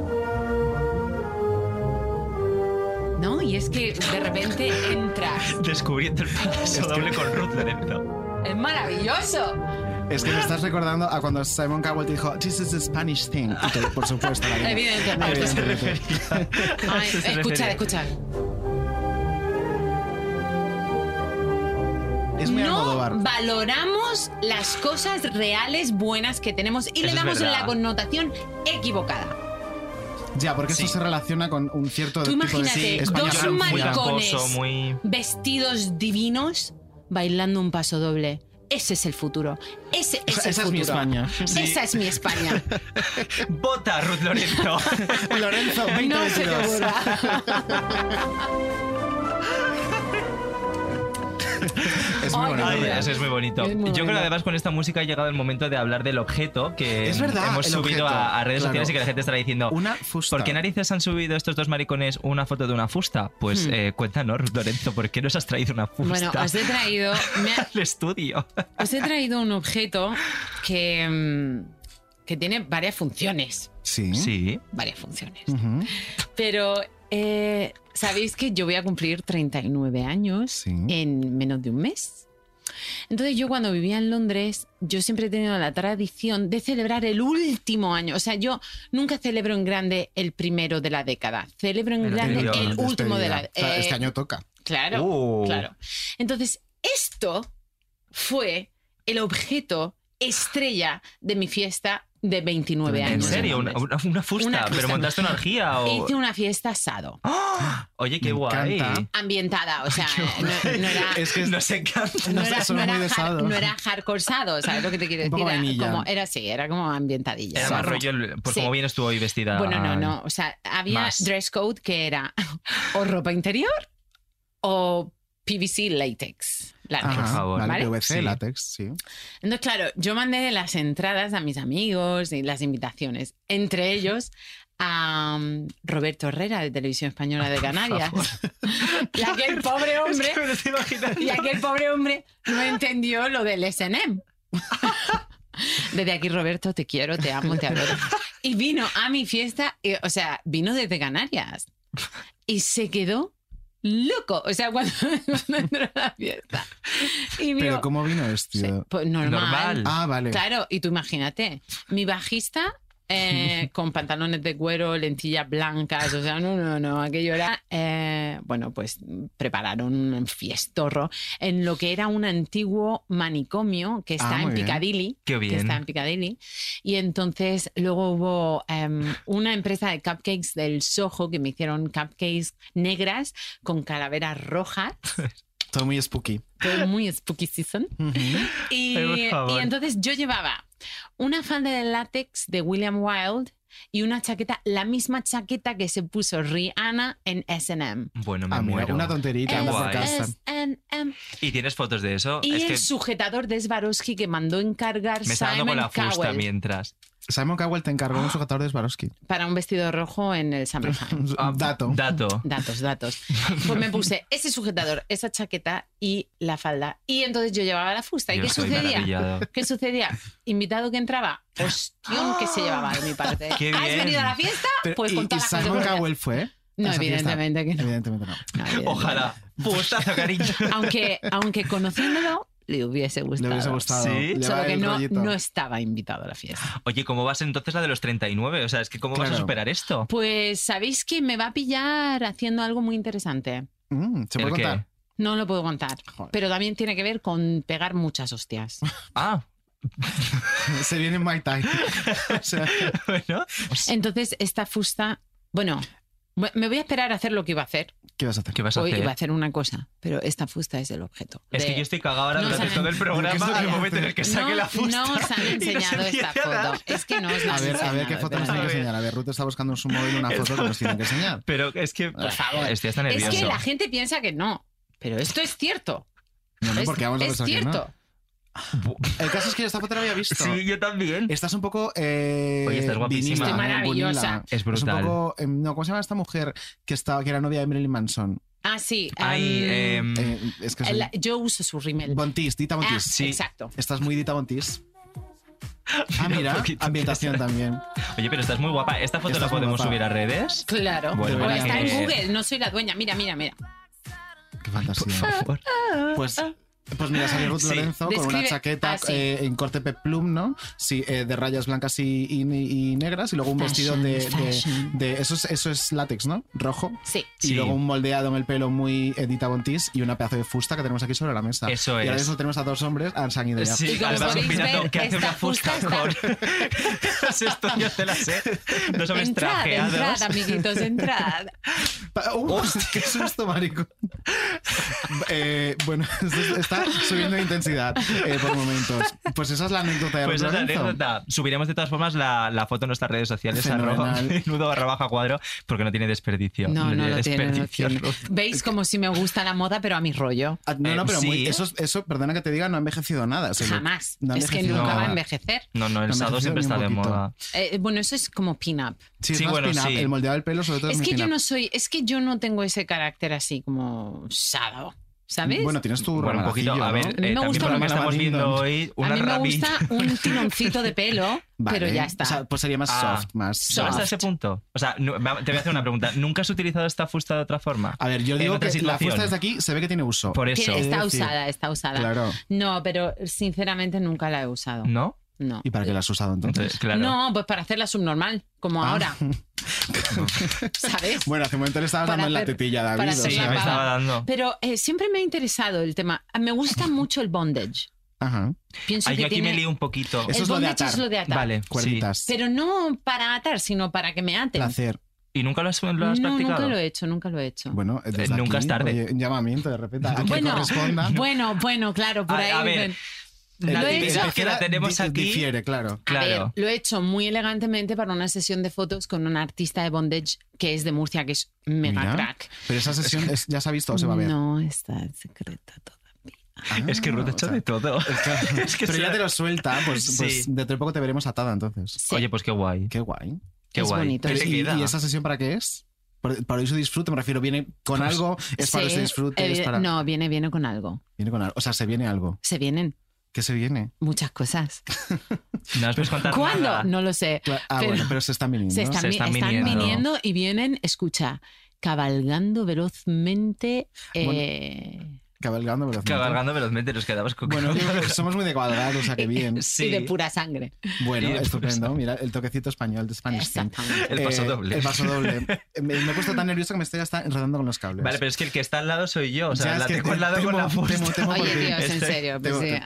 S6: No, y es que de repente entras.
S1: Descubriendo el paso doble con Ruth
S4: ¿eh?
S1: Lorenzo.
S6: Es maravilloso.
S4: es que me estás recordando a cuando Simon Cowell te dijo, This is a Spanish thing. Y te- por supuesto, la vida.
S6: Evidentemente. Ay,
S1: Se
S6: escuchad,
S1: refería.
S6: escuchad.
S4: Es muy
S6: no
S4: Almodóvar.
S6: valoramos las cosas reales buenas que tenemos y
S4: Eso
S6: le
S4: es
S6: damos
S4: verdad.
S6: la connotación equivocada.
S4: Ya, porque esto se relaciona con un cierto
S6: Tú
S4: tipo de
S6: imagínate,
S4: España
S6: dos
S4: muy
S6: maricones
S4: tramposo, muy-
S6: vestidos divinos bailando un paso doble. Ese es el futuro. Ese es
S4: Esa- esa
S6: el
S4: es
S6: futuro.
S4: mi España. Sí.
S6: Esa es mi España.
S1: Vota, Ruth Lorenzo.
S4: Lorenzo,
S6: No se te ocurra.
S4: Es muy bonito.
S1: Ay,
S4: ¿verdad?
S1: eso es muy bonito.
S4: Es muy
S1: Yo creo
S4: bonito.
S1: que además con esta música ha llegado el momento de hablar del objeto que
S4: Es verdad,
S1: hemos
S4: el
S1: subido
S4: objeto,
S1: a, a redes
S4: claro.
S1: sociales y que la gente estará diciendo
S4: Una fusta.
S1: ¿Por qué narices han subido estos dos maricones una foto de una fusta? Pues
S6: Hmm.
S1: eh, cuéntanos, Ruth Lorenzo, ¿por qué nos has traído una fusta
S6: bueno, os he traído. me ha-
S1: al estudio?
S6: Os he traído un objeto que, mm, que tiene varias funciones.
S4: Sí.
S1: Sí.
S6: Varias funciones.
S4: Ujú.
S6: Pero eh, sabéis que yo voy a cumplir 39 años en menos de un mes. Entonces yo cuando vivía en Londres, yo siempre he tenido la tradición de celebrar el último año. O sea, yo nunca celebro en grande el primero de la década. Celebro en
S4: El
S6: grande
S4: anterior.
S6: el último de la
S4: Despedida. O sea, este
S6: eh,
S4: año toca.
S6: Claro,
S4: Oh.
S6: claro. Entonces, esto fue el objeto estrella de mi fiesta de 29 años.
S1: ¿En serio? ¿Una, una, una fusta?
S6: Una
S1: ¿Pero
S6: fusta.
S1: montaste una orgía? O...
S6: Hice una fiesta asado.
S1: Oye, qué guay.
S4: encanta.
S6: ambientada, o sea, no, no era...
S1: Es que nos encanta.
S6: No
S1: Nos-
S6: era,
S1: son
S6: no,
S1: muy
S6: era
S1: de
S6: hard-
S1: sado.
S6: no era hardcore sado, ¿sabes lo que te quiero
S1: Un
S6: decir?
S1: poco
S6: Era
S1: vainilla.
S6: como, era así, era como ambientadilla.
S1: Era
S6: O sea,
S1: más rollo, el- pues
S6: Sí.
S1: como vienes tú hoy vestida.
S6: Bueno, no, no. O sea, había
S1: Más.
S6: dress code que era o ropa interior o PVC latex. látex,
S4: Ajá, Vale,
S6: ¿vale?
S4: PVC, látex, sí.
S6: Entonces, claro, yo mandé las entradas a mis amigos y las invitaciones, entre ellos a um, Roberto Herrera de Televisión Española de Canarias. Y aquel pobre hombre, y aquel pobre hombre no entendió lo del SNM. Desde aquí, Roberto, te quiero, te amo, te adoro. Y vino a mi fiesta, y, o sea, vino desde Canarias. Y se quedó loco. O sea, cuando, cuando entró a la fiesta. Y vio-
S4: Pero ¿cómo vino esto?
S6: pues normal.
S4: Ah, vale.
S6: Claro, y tú imagínate, mi bajista eh, con pantalones de cuero, lentillas blancas, o sea, no, no, no, aquello era. eh, bueno, pues prepararon un fiestorro en lo que era un antiguo manicomio que está
S1: Ah, muy
S6: en
S1: bien.
S6: Piccadilly.
S1: Qué
S6: Que
S1: bien.
S6: está en Piccadilly. Y entonces luego hubo em, una empresa de cupcakes del Soho que me hicieron cupcakes negras con calaveras rojas.
S4: Todo muy spooky.
S6: Fue muy spooky season. Y,
S4: Ay, por
S6: y
S4: favor.
S6: entonces yo llevaba una falda de látex de William Wilde y una chaqueta, la misma chaqueta que se puso Rihanna en SM.
S1: Bueno, me
S4: Ah, mira,
S1: muero.
S4: una tonterita, anda por
S1: Guay.
S4: casa.
S6: S&M.
S1: ¿Y tienes fotos de eso?
S6: Eh, Y
S1: Oh, es
S6: el
S1: que
S6: sujetador de Swarovski que mandó encargar
S1: me está dando
S6: Simon
S1: con la fusta
S6: Cowell
S1: mientras.
S4: Simon Cowell te encargó
S6: Ah.
S4: un sujetador de Swarovski.
S6: para un vestido rojo en el Summertime.
S4: dato.
S1: Dato.
S6: Datos, datos. Pues me puse ese sujetador, esa chaqueta y la falda. Y entonces yo llevaba la fusta. ¿Y
S1: Yo
S6: qué
S1: estoy
S6: sucedía?
S1: maravillado.
S6: ¿Qué sucedía? Invitado que entraba, ostión que se llevaba de mi parte.
S4: Qué
S6: ¿Has
S4: bien.
S6: venido a la fiesta?
S4: Pero-
S6: Pues
S4: y,
S6: con
S4: y
S6: todas las
S4: Simon
S6: consecuencias.
S4: Cowell fue?
S6: No,
S4: a esa fiesta?
S6: evidentemente que no.
S4: Evidentemente no.
S1: Ojalá. Fustazo, cariño.
S6: Aunque, aunque conociéndolo, le hubiese gustado.
S1: hubiese gustado. ¿Sí? Le
S6: Solo
S1: va
S6: que
S1: el
S6: no,
S1: rollito.
S6: no estaba invitado a la fiesta.
S1: Oye, ¿cómo vas entonces la de los 39? O sea, es que ¿cómo vas a
S4: Claro.
S1: superar esto?
S6: Pues sabéis que me va a pillar haciendo algo muy interesante.
S4: Mm, ¿Se puede
S1: ¿El qué?
S4: contar?
S6: No lo puedo contar. Pero también tiene que ver con pegar muchas hostias.
S1: Ah,
S4: Se viene Mai Tai. O sea,
S1: bueno.
S6: Entonces, esta fusta. Bueno, bu- me voy a esperar a hacer lo que iba a hacer.
S4: ¿Qué vas a hacer?
S1: ¿Qué vas a
S6: Hoy
S1: hacer?
S6: iba a hacer una cosa, pero esta fusta es el objeto.
S1: Es que
S6: de-
S1: yo estoy cagado ahora
S6: No
S1: durante
S6: saben-
S1: todo el
S4: ¿Qué es
S1: programa
S4: lo
S1: al
S4: que
S1: momento en el que saque
S6: no,
S1: la fusta.
S6: no os han
S1: y nos
S6: enseñado este
S1: empiece
S6: esta
S1: a dar.
S6: foto. Es que no os la
S4: A
S6: han
S4: ver, a ver qué
S6: enseñado,
S4: foto nos tiene que
S6: ¿verdad?
S1: A ver.
S4: enseñar. A ver, Ruth está buscando en su móvil una foto que nos tiene que enseñar.
S1: Pero es que,
S4: Por
S6: favor.
S1: Estoy hasta
S6: Es
S1: nervioso.
S6: que la gente piensa que no, pero esto es cierto.
S4: No,
S1: Ah,
S4: no,
S6: Es-
S4: porque vamos a
S6: es
S4: pensar que no.
S6: cierto.
S4: El caso es que yo esta foto la había visto.
S1: Sí, yo también.
S4: Estás un poco. Eh,
S1: Oye, estás guapísima.
S4: vinista,
S6: Estoy
S4: ¿no?
S6: maravillosa.
S4: Bonila.
S1: Es
S4: un
S1: brutal.
S4: poco. eh, no, ¿Cómo se llama esta mujer que, estaba, que era novia de Marilyn Manson?
S6: Ah, sí.
S1: Ay,
S6: um,
S1: em,
S4: Eh, es que soy.
S6: la- yo uso su rimel.
S4: Bontis, Dita
S6: Ah,
S4: Bontis.
S1: sí.
S6: Exacto.
S4: Estás muy Dita Bontis. Ah,
S1: Mira, un
S4: mira,
S1: poquito.
S4: ambientación también.
S1: Oye, pero estás muy guapa. ¿Esta foto
S4: Estás
S1: la podemos
S4: muy guapa.
S1: subir a redes?
S6: Claro.
S1: Bueno,
S6: o
S1: vale.
S6: está en
S1: Eh,
S6: Google, no soy la dueña. Mira, mira, mira.
S4: Qué fantasía.
S1: Por favor.
S4: Pues, pues mira, salió Ruth
S1: Sí.
S4: Lorenzo con una
S6: Describe ah,
S4: chaqueta
S6: así.
S4: eh, en corte peplum, ¿no? Sí, eh, de rayas blancas y, y- y negras y luego un
S6: Fashion,
S4: vestido de-
S6: fashion.
S4: de, de, eso es eso es látex, ¿no? Rojo.
S6: Sí.
S4: Y
S1: Sí.
S4: luego un moldeado en el pelo muy Edita Bontis y una pedazo de fusta que tenemos aquí sobre la mesa.
S1: Eso
S4: y ahora
S1: es.
S4: mismo tenemos a dos hombres han sangrido ya.
S1: Sí,
S6: Y como
S1: además
S6: podéis
S1: opinando
S6: ver,
S1: que hace
S6: esta
S1: una fusta
S6: fusta
S1: con las historias de la sed. Dos hombres
S6: Entrad,
S1: trajeados.
S6: entrad, amiguitos, entrad.
S4: Pa- ¡Uh! ¡Qué susto, marico! Eh, bueno, esto está subiendo de intensidad eh, por momentos. Pues esa es la anécdota de
S1: Pues esa
S4: Ruth
S1: es la
S4: Lorenzo.
S1: anécdota. Subiremos de todas formas la, la foto en nuestras redes sociales, arroba
S4: Fenomenal.
S1: menudo barra baja cuadro, porque no tiene desperdicio.
S6: No, no lo tiene, no lo
S1: desperdicio.
S6: tiene.
S1: Ruth.
S6: Veis como si me gusta la moda, pero a mi rollo.
S4: Ah, No,
S1: Eh,
S4: no, pero
S1: sí.
S4: muy- eso, es- eso, perdona que te diga, no ha envejecido nada. se lo-
S6: Jamás.
S4: no ha
S6: es que
S4: envejecido
S6: nunca va a
S4: nada.
S6: envejecer.
S1: No, no, el
S4: No me
S1: sado siempre está
S4: refiero ni
S1: de
S4: un poquito.
S1: moda.
S6: Eh, bueno, eso es como pin-up.
S4: Sí, es
S1: Sí,
S4: más
S1: bueno,
S4: pin-up,
S1: sí.
S4: El moldeado del pelo, sobre todo,
S6: Es
S4: muy
S6: que yo
S4: pin-up.
S6: no soy, es que yo no tengo ese carácter así como sado, ¿sabes?
S4: Bueno, tienes tu
S1: Bueno, un poquito, a
S4: ramalacillo,
S1: ver, eh,
S4: ¿no?
S6: A mí me
S1: también por
S6: gusta
S1: lo
S6: un
S1: que estamos
S4: ramalín,
S1: viendo
S4: ¿no?
S1: hoy,
S6: a
S1: una
S6: mí me
S1: rabi-
S6: gusta un tironcito de pelo,
S4: Vale.
S6: pero ya está.
S4: O sea, pues sería más
S1: Ah.
S4: soft, más.
S1: ¿Solo hasta ese punto? O sea, no- me- te voy a hacer una pregunta. ¿Nunca has utilizado esta fusta de otra forma?
S4: A ver, yo
S1: En
S4: digo
S1: otra
S4: que la
S1: situación.
S4: fusta desde aquí se ve que tiene uso.
S1: Por
S6: Tiene-
S1: eso,
S6: está
S4: Es decir,
S6: usada, está usada.
S4: Claro.
S6: No, pero sinceramente nunca la he usado.
S1: ¿no?
S6: No.
S4: ¿Y para qué la has usado entonces?
S1: Entonces, claro.
S6: No, pues para hacerla subnormal, como
S4: Ah.
S6: ahora, ¿sabes?
S4: Bueno, hace un momento le estabas
S6: Para
S4: dando en la
S6: hacer-
S4: tetilla, David.
S6: para
S4: o
S6: hacer
S1: Sí,
S6: la
S4: sea-
S1: me
S6: pava.
S1: estaba dando.
S6: pues Pero eh, siempre me ha interesado el tema. Ah, Me gusta mucho el bondage.
S4: Ajá.
S6: Pienso
S1: Ay,
S6: que
S1: yo aquí
S6: tiene...
S1: me lío un poquito.
S4: Eso
S6: el
S4: es lo de
S6: bondage
S4: atar.
S6: es lo de atar.
S1: Vale, sí.
S4: Cuerditas.
S6: Pero no para atar, sino para que me aten.
S4: Placer.
S1: ¿Y nunca lo has, lo has
S6: no,
S1: practicado?
S6: nunca lo he hecho, nunca lo he hecho.
S4: Bueno, desde
S1: Eh, nunca
S4: aquí,
S1: es tarde.
S4: oye, un llamamiento de repente. A quien
S6: bueno,
S4: corresponda.
S6: bueno, bueno, claro, por ahí.
S1: a, a ver,
S6: dicen-
S1: la
S6: Lo he
S1: típica
S6: hecho.
S1: que la tenemos
S4: Di-
S1: aquí.
S4: Difiere, claro.
S6: A ver,
S1: Claro.
S6: lo he hecho muy elegantemente para una sesión de fotos con un artista de bondage que es de Murcia, que es mega
S4: Mira.
S6: crack.
S4: Pero esa sesión es- ya se ha visto o se va a ver.
S6: No está en secreto todavía.
S4: Ah,
S1: Es que Ruth ha
S4: o
S1: hecho
S4: sea,
S1: de todo. Es que
S4: pero ya
S1: se-
S4: te lo suelta, pues, pues
S1: Sí.
S4: dentro de poco te veremos atada entonces.
S6: Sí.
S1: Oye, pues qué guay.
S4: Qué guay.
S1: Qué
S6: es
S1: guay.
S6: bonito.
S1: ¿Qué
S4: Pero
S1: se
S4: ¿y,
S1: queda?
S4: y esa sesión para qué es? Por- Para hoy su disfrute, me refiero, viene con
S1: Pues,
S4: algo, es para
S6: Sí,
S4: ese disfrute, es
S6: eh,
S4: para...
S6: No, viene, viene con algo.
S4: Viene con algo, o sea, se viene algo.
S6: Se vienen
S4: ¿Qué se viene?
S6: muchas cosas.
S1: No os puedes contar
S6: ¿Cuándo?
S1: nada.
S6: No lo sé.
S4: Cla- Ah,
S6: Pero-
S4: bueno, pero se están viniendo.
S6: Se están,
S1: Se
S6: vi-
S1: están
S6: están
S1: viniendo.
S6: viniendo. y vienen, escucha, cabalgando velozmente. eh,
S4: Cabalgando velozmente.
S1: Cabalgando velozmente nos quedamos con...
S4: Bueno, somos muy de cuadrados, o sea que bien.
S1: sí.
S6: Y de pura sangre.
S4: Bueno,
S1: Y de-
S4: estupendo. Mira, el toquecito español de Spanish Thing.
S6: Exactamente.
S1: El paso
S4: Eh,
S1: doble.
S4: El paso doble. Eh, Me, me he puesto tan nervioso que me estoy hasta enredando con los cables.
S1: Vale, pero es que el que está al lado soy yo. O sea,
S4: Ya, es
S1: la
S4: que
S1: tengo
S4: te-
S1: al lado
S4: temo-
S1: con la
S4: temo-
S1: fusta. Este,
S4: temo por
S6: Oye,
S4: ti.
S6: Dios, en
S1: Estoy-
S6: serio. pues
S4: tengo-
S6: sí,
S4: te-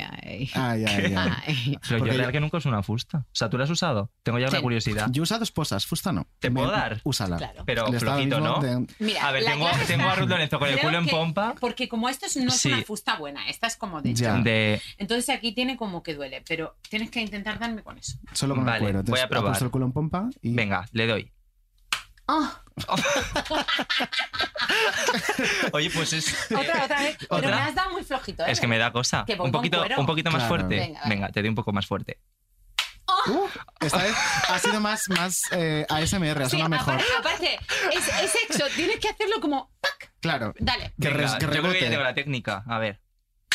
S6: ay.
S4: Ay, ay, ay.
S6: Ay.
S1: Pero
S4: Ah, Porque
S1: yo
S4: yo-
S1: real que nunca uso una fusta. O sea, ¿tú la has usado? Tengo ya la
S6: Sí.
S1: curiosidad.
S4: Yo he usado esposas, fusta no.
S1: ¿Te puedo dar?
S4: Úsala.
S6: Claro.
S1: Pero
S4: Le estaba
S1: flojito,
S4: mismo
S1: ¿no?
S4: de-
S6: Mira,
S1: A ver,
S6: la
S1: tengo,
S6: clave
S1: tengo a
S6: está-
S1: Ruth Lorenzo con el
S6: Creo
S1: culo en
S6: que-
S1: pompa.
S6: Porque como esto es- no es
S1: Sí.
S6: una fusta buena, esta es como de...
S4: Ya.
S1: De...
S6: Entonces aquí tiene como que duele, pero tienes que intentar darme con eso.
S4: Solo con el
S1: Vale,
S4: cuero.
S1: voy
S4: Entonces,
S1: a probar.
S4: ha puesto el culo en pompa y...
S1: Venga, le doy.
S6: Ah.
S1: Oye, pues es...
S6: Otra, otra vez. Pero
S1: ¿Otra?
S6: me has dado muy flojito, ¿eh?
S1: Es que me da cosa.
S6: Que
S1: Un
S6: bombón
S1: poquito,
S6: cuero.
S1: un poquito más
S4: Claro.
S1: fuerte.
S6: Venga,
S1: Venga,
S6: va.
S1: te doy un poco más fuerte.
S4: Uh, esta vez ha sido más, más eh, ASMR, ha
S6: Sí,
S4: sonado mejor.
S6: aparte, aparte, es, es sexo, tienes que hacerlo como... ¡Pac!
S4: Claro.
S6: Dale.
S4: Que,
S1: Venga,
S4: res- que
S1: yo creo que ya
S4: rebote.
S1: tengo la técnica. A ver.
S5: Ah,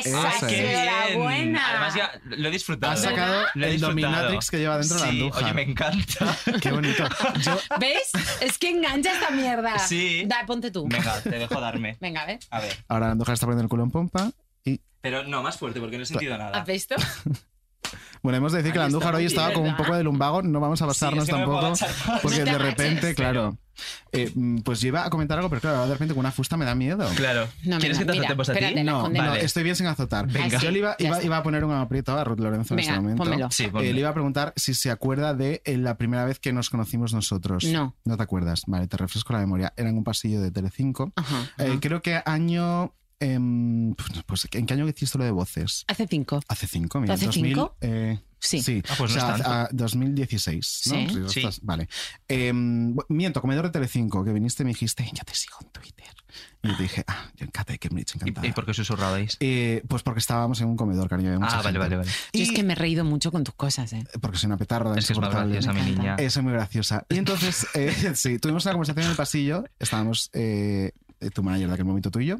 S6: Esa
S4: Esa
S6: ha
S4: es.
S6: sido la buena.
S1: Además ya lo he disfrutado.
S4: Ha sacado
S1: Lo he
S4: el
S1: disfrutado.
S4: dominatrix que lleva dentro la
S1: Sí,
S4: anduja.
S1: oye, me encanta.
S4: Qué bonito. Yo,
S6: ¿Ves? Es que engancha esta mierda.
S1: Sí.
S6: Da, ponte tú.
S1: Venga, te dejo darme.
S6: Venga, a ver.
S1: A ver.
S4: ahora la anduja está poniendo el culo en pompa y...
S1: Pero no, más fuerte porque no he sentido nada.
S6: ¿Has visto?
S4: Bueno, hemos de decir que la
S11: Ahí está
S4: Andújar
S11: muy
S4: hoy
S11: bien,
S4: estaba con un
S11: ¿verdad?
S4: poco de lumbago, no vamos a
S11: es
S4: basarnos
S11: que no me puedo
S4: tampoco,
S11: agachar.
S4: porque
S11: No te
S4: de
S11: agaches,
S4: repente, claro, eh, mm, pues lleva a comentar algo, pero claro, ahora de repente con una fusta me da miedo.
S1: Claro.
S6: No me
S1: ¿Quieres
S6: da-
S1: que te
S6: mira,
S1: azotemos a ti?
S6: espérate, la
S4: No,
S6: escondemos.
S4: no, estoy bien sin azotar.
S1: Venga.
S6: Ah, sí,
S4: Yo le iba,
S6: ya
S4: iba,
S6: está.
S4: iba a poner un aprieto a Ruth Lorenzo en
S6: Venga,
S4: este momento.
S6: pónmelo.
S1: Sí, pónmelo.
S4: Eh, le iba a preguntar si se acuerda de eh, la primera vez que nos conocimos nosotros.
S6: No.
S4: No te acuerdas. Vale, te refresco la memoria. Era en un pasillo de Telecinco.
S6: Ajá.
S4: Eh, creo que año... em, pues, ¿En qué año hiciste lo de voces?
S6: Hace cinco.
S4: Hace cinco, mira.
S6: ¿Hace
S4: 2000,
S6: cinco?
S4: eh,
S6: Sí.
S4: Sí,
S1: Ah, pues
S4: o
S1: no
S4: sea,
S1: es tanto.
S4: a- a 2016. ¿no?
S6: Sí.
S4: ya
S1: Sí.
S4: estás- Vale. Em, bu- miento, comedor de Telecinco, que viniste y me dijiste, yo te sigo en Twitter. Y yo te dije, ah, yo encanta, que me encantada.
S1: ¿Y por qué susurrabais?
S4: Eh, pues porque estábamos en un comedor, cariño. había mucha
S1: Ah, vale,
S4: gente.
S1: vale, vale.
S6: Yo es que me he reído mucho con tus cosas, ¿eh?
S4: Porque soy una petarda.
S1: Es que es más
S4: insoportable.
S1: graciosa mi
S6: Me encanta.
S1: niña.
S4: Eh, soy muy graciosa. Y entonces, eh, sí, tuvimos una conversación en el pasillo. Estábamos eh, eh, tu manager de aquel momento, tú y yo.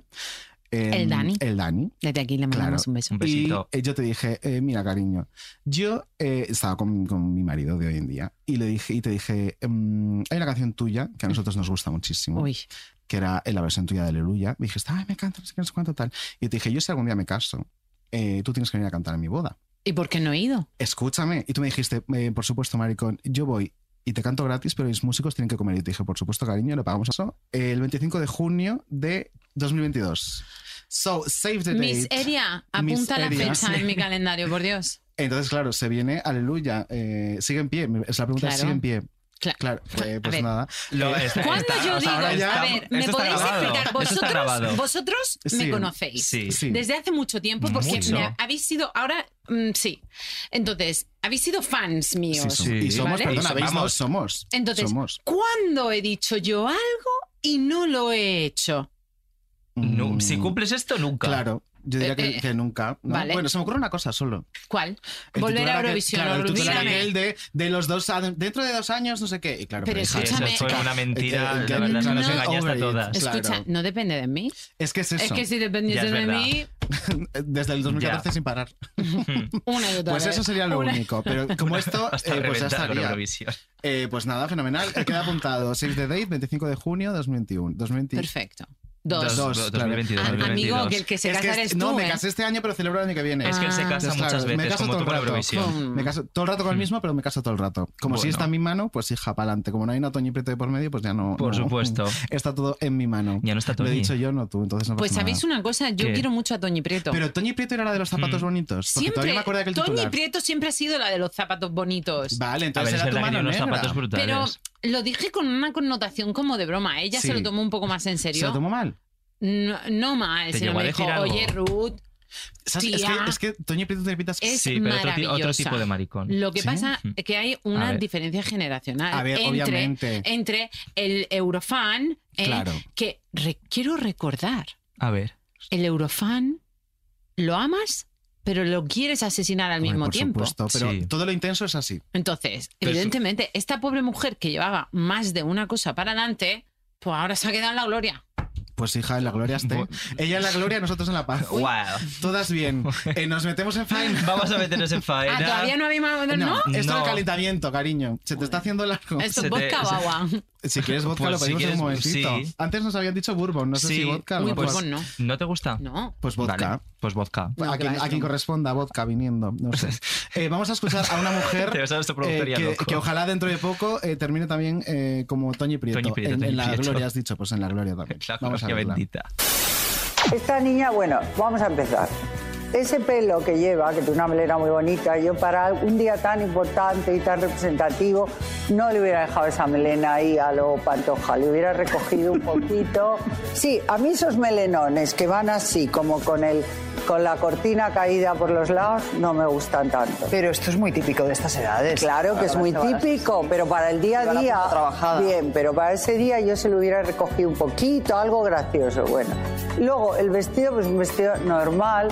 S4: Em,
S6: El Dani.
S4: El Dani.
S6: Desde aquí le
S4: Claro.
S6: mandamos un beso.
S1: Un besito.
S4: Y eh, yo te dije, eh, mira, cariño, yo eh, estaba con, con mi marido de hoy en día y le dije y te dije, em, hay una canción tuya
S1: Mm.
S4: que a nosotros nos gusta muchísimo,
S6: Uy,
S4: que era eh, la versión tuya de Aleluya. Y dijiste, ay, me encanta, no sé qué, no sé cuánto tal. Y yo te dije, yo si algún día me caso, eh, tú tienes que venir a cantar en mi boda.
S6: ¿y por qué no he ido?
S4: Escúchame. Y tú me dijiste, eh, por supuesto, maricón, yo voy y te canto gratis, pero los músicos tienen que comer. Y te dije, por supuesto, cariño, le pagamos eso. El 25 de junio de 2022. So, save the date.
S6: Miss Eria, apunta
S4: Miss
S6: la
S4: Eria.
S6: fecha en mi calendario, por Dios.
S4: Entonces, claro, se viene, aleluya, eh, sigue en pie. Es la pregunta,
S6: Claro.
S4: ¿sigue en pie?
S6: Cla-
S4: Claro, eh, pues
S6: ver.
S4: nada.
S1: Lo-
S4: Eh,
S1: está-
S6: Cuando
S1: está-
S6: yo
S1: o sea, ahora
S6: digo,
S1: ya-
S6: a ver,
S1: esto
S6: ¿me
S1: está
S6: podéis
S1: grabado.
S6: explicar?
S1: Esto está
S6: Vosotros,
S1: grabado.
S6: vosotros me
S4: Sí.
S6: conocéis.
S1: Sí.
S4: Sí.
S6: Desde hace mucho tiempo, porque
S1: Mucho.
S6: me habéis sido ahora, mm, sí. Entonces, habéis sido fans míos.
S4: sí, somos- Y somos,
S6: ¿vale?
S4: perdona, ¿veis? No,
S1: Vamos.
S4: somos.
S6: Entonces,
S4: somos.
S6: ¿cuándo he dicho yo algo y no lo he hecho?
S1: No,
S4: Mm,
S1: si cumples esto, nunca.
S4: Claro, yo diría que,
S6: Eh,
S4: que nunca. ¿no?
S6: vale.
S4: Bueno, se me ocurre una cosa solo.
S6: ¿Cuál?
S4: El
S6: Volver
S4: titular
S6: a
S4: aquel-
S6: Eurovisión,
S4: claro, el titular
S6: olvídame.
S4: aquel de, de los dos, a- dentro de dos años, no sé qué. Y claro,
S6: Pero
S4: hija,
S1: Sí, eso
S6: Escúchame.
S1: fue una mentira.
S4: Eh, eh,
S1: la verdad, es que nos
S6: no.
S1: engañaste a todas.
S4: Claro.
S6: Escucha, no depende de mí.
S4: Es que es eso.
S6: Es que si
S1: Ya
S6: dependiese
S1: es
S6: de
S1: verdad.
S6: mí,
S4: Desde el 2014
S1: Ya.
S4: sin parar.
S6: una y otra
S4: Pues
S6: vez.
S4: eso sería lo
S6: Una-
S4: único. Pero como esto,
S1: Hasta
S4: eh, pues ya
S1: reventar con
S4: estaría.
S1: Eurovisión.
S4: Eh, pues nada, fenomenal. Queda apuntado. Save the date, 25 de junio 2021. 2021.
S6: Perfecto. Dos.
S4: Dos. claro.
S1: 2022,
S6: Ah, amigo,
S1: 2022.
S6: que el que se
S4: Es
S6: casa
S4: que es-
S6: eres tú.
S4: no, me
S6: ¿eh?
S4: casé este año, pero celebro el año que viene.
S1: Es que él se
S6: Ah.
S1: casa
S4: Entonces,
S1: muchas
S4: claro, me
S1: veces,
S4: caso
S1: como
S4: todo
S1: tú
S4: el
S1: con
S4: rato.
S1: Eurovisión.
S6: Mm.
S4: Me caso todo el rato con el mismo, pero me caso todo el rato. Como si
S1: Bueno.
S4: está en mi mano, pues hija, pa'lante. Como no hay una Toñi Prieto de por medio, pues ya no.
S1: Por
S4: no.
S1: supuesto.
S4: Está todo en mi mano.
S1: Ya no está
S4: Lo he
S1: Toñi.
S4: dicho yo, no tú. Entonces no
S6: Pues
S4: pasa
S6: sabéis
S4: nada.
S6: una cosa, yo
S1: ¿Qué?
S6: quiero mucho a Toñi Prieto.
S4: Pero Toñi Prieto era la de los zapatos
S1: Mm.
S4: bonitos. Porque
S6: siempre,
S4: todavía me acuerdo de aquel
S6: Toñi
S4: titular.
S6: Prieto siempre ha sido la de los zapatos bonitos.
S4: Vale,
S1: A ver, es
S4: entonces era tu
S1: verdad que
S4: mano
S1: tiene unos
S4: negra.
S1: zapatos brutales.
S6: Pero lo dije con una connotación como de broma. Ella
S4: Sí.
S6: se lo tomó un poco más en
S4: ¿Se lo
S6: serio.
S4: tomó mal?
S6: No, no mal,
S1: ¿Te
S6: sino
S1: llegó a
S6: me dijo,
S1: decir algo?
S6: oye Ruth,
S4: ¿Sabes? Es
S6: Tía.
S4: que, es que Toñi Prieto tiene pintas...
S6: es
S1: sí, pero otro, ti- otro
S6: maravillosa.
S1: tipo de maricón.
S6: lo que
S4: ¿Sí? Mm.
S6: pasa es que hay una
S1: ver.
S6: diferencia generacional
S4: A ver,
S6: entre,
S4: obviamente.
S6: entre el Eurofan, eh,
S4: Claro.
S6: que re- quiero recordar,
S1: A ver.
S6: el Eurofan lo amas, pero lo quieres asesinar al
S4: Hombre,
S6: mismo
S4: por
S6: tiempo.
S4: supuesto, pero
S1: Sí.
S4: todo lo intenso es así.
S6: Entonces,
S1: Pero eso-
S6: evidentemente, esta pobre mujer que llevaba más de una cosa para adelante, pues ahora se ha quedado en la gloria.
S4: Pues hija, en la gloria esté.
S1: Bu-
S4: Ella en la gloria, nosotros en la paz. Uy,
S1: Wow.
S4: Todas bien. Eh, nos metemos en faena.
S1: Vamos a meternos en faena.
S6: Ah, todavía no había más. ¿No?
S4: esto
S1: No.
S4: era calentamiento, cariño. Se te está haciendo largo.
S6: Esto
S1: Se
S6: es
S1: te-
S6: vodka o
S1: se-
S6: agua.
S4: Si quieres vodka,
S1: Pues
S4: lo
S1: si
S4: pedimos en un
S1: quieres,
S4: momentito.
S1: sí.
S4: Antes nos habían dicho bourbon, no sé
S1: Sí. Pues
S4: si vodka o
S6: Uy,
S4: algo.
S6: bourbon no.
S1: ¿No te gusta?
S6: No.
S4: Pues vodka.
S1: Vale, pues vodka.
S6: No,
S4: a,
S6: que
S4: quien,
S6: va,
S4: a quien
S6: no.
S4: corresponda vodka viniendo, no sé. Eh, vamos a escuchar a una
S1: Te
S4: mujer
S1: vas a nuestro
S4: eh,
S1: productoría
S4: que,
S1: loco.
S4: que ojalá dentro de poco eh, termine también eh, como Toñi Prieto.
S1: Toñi Prieto,
S4: en, en
S1: Toñi
S4: la
S1: Prieto.
S4: gloria has dicho, pues en la gloria también.
S1: La
S4: vamos a
S1: gloria
S4: verla.
S1: bendita.
S2: Esta niña, Ah, bueno, vamos a empezar. Ese pelo que lleva, que tiene una melena muy bonita, yo para un día tan importante y tan representativo, no le hubiera dejado esa melena ahí a lo pantoja, le hubiera recogido un poquito. Sí, a mí esos melenones que van así, como con el con la cortina caída por los lados, no me gustan tanto.
S12: Pero esto es muy típico de estas edades.
S2: Claro que es muy típico, pero para el día
S12: Lleva
S2: a
S12: la
S2: día,
S12: punta trabajada.
S2: bien, pero para ese día yo se lo hubiera recogido un poquito, algo gracioso, bueno. Luego, el vestido, pues un vestido normal,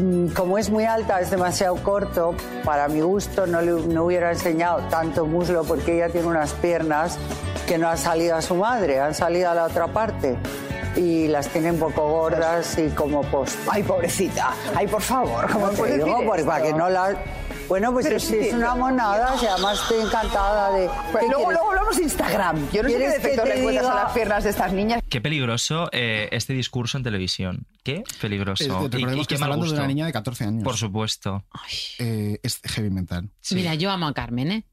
S2: mm, como es muy alta, es demasiado corto, para mi gusto no le hu- no hubiera enseñado tanto muslo porque ella tiene unas piernas que no han salido a su madre, han salido a la otra parte y las tiene un poco gordas y como post.
S12: Ay, pobrecita. Ay, por favor, ¿cómo
S2: No
S12: te
S2: te
S12: digo?
S2: digo, porque para que no la Bueno, pues
S12: Pero
S2: es,
S12: sí,
S2: es una
S12: no.
S2: monada, si además estoy encantada de...
S12: Pues
S2: ¿Qué
S12: luego,
S2: quieres?
S12: luego hablamos de Instagram. Yo no sé qué
S2: ¿Quieres que
S12: defecto
S2: te
S12: le encuentras
S2: diga?
S12: a las piernas de estas niñas.
S1: Qué peligroso eh, este discurso en televisión. Qué peligroso.
S4: Eh,
S1: Pues Y- y,
S4: recordemos que
S1: qué
S4: está
S1: mal
S4: hablando de
S1: gusto.
S4: una niña de 14 años.
S1: Por supuesto.
S4: Eh, es heavy mental.
S6: Mira, yo amo a Carmen, ¿eh?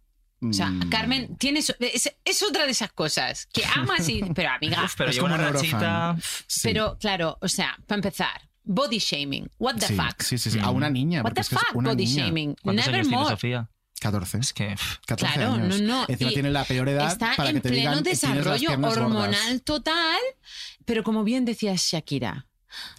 S6: O sea,
S4: Mm.
S6: Carmen tiene su- es, es otra de esas cosas que amas y. Pero amiga.
S1: Pero
S4: Es
S1: lleva
S4: como
S1: una
S4: un
S1: rachita.
S4: Eurofan. Sí.
S6: Pero claro, o sea, para empezar, body shaming. What the
S4: sí,
S6: fuck?
S4: Sí, sí, sí. A
S1: Mm.
S4: una niña.
S6: What
S4: porque
S6: the
S4: es que es
S6: fuck,
S4: una
S6: body
S4: niña.
S6: shaming.
S1: ¿Cuántos
S6: Never
S1: años tiene
S6: more.
S1: Sofía?
S4: 14.
S1: Es que. pff,
S4: 14
S6: Claro,
S4: años.
S6: no, no.
S4: Encima
S6: Y
S4: tiene la peor edad
S6: Está
S4: para
S6: en
S4: que te
S6: pleno
S4: digan, "Tienes las
S6: desarrollo
S4: piernas gordas".
S6: hormonal total, pero como bien decía Shakira.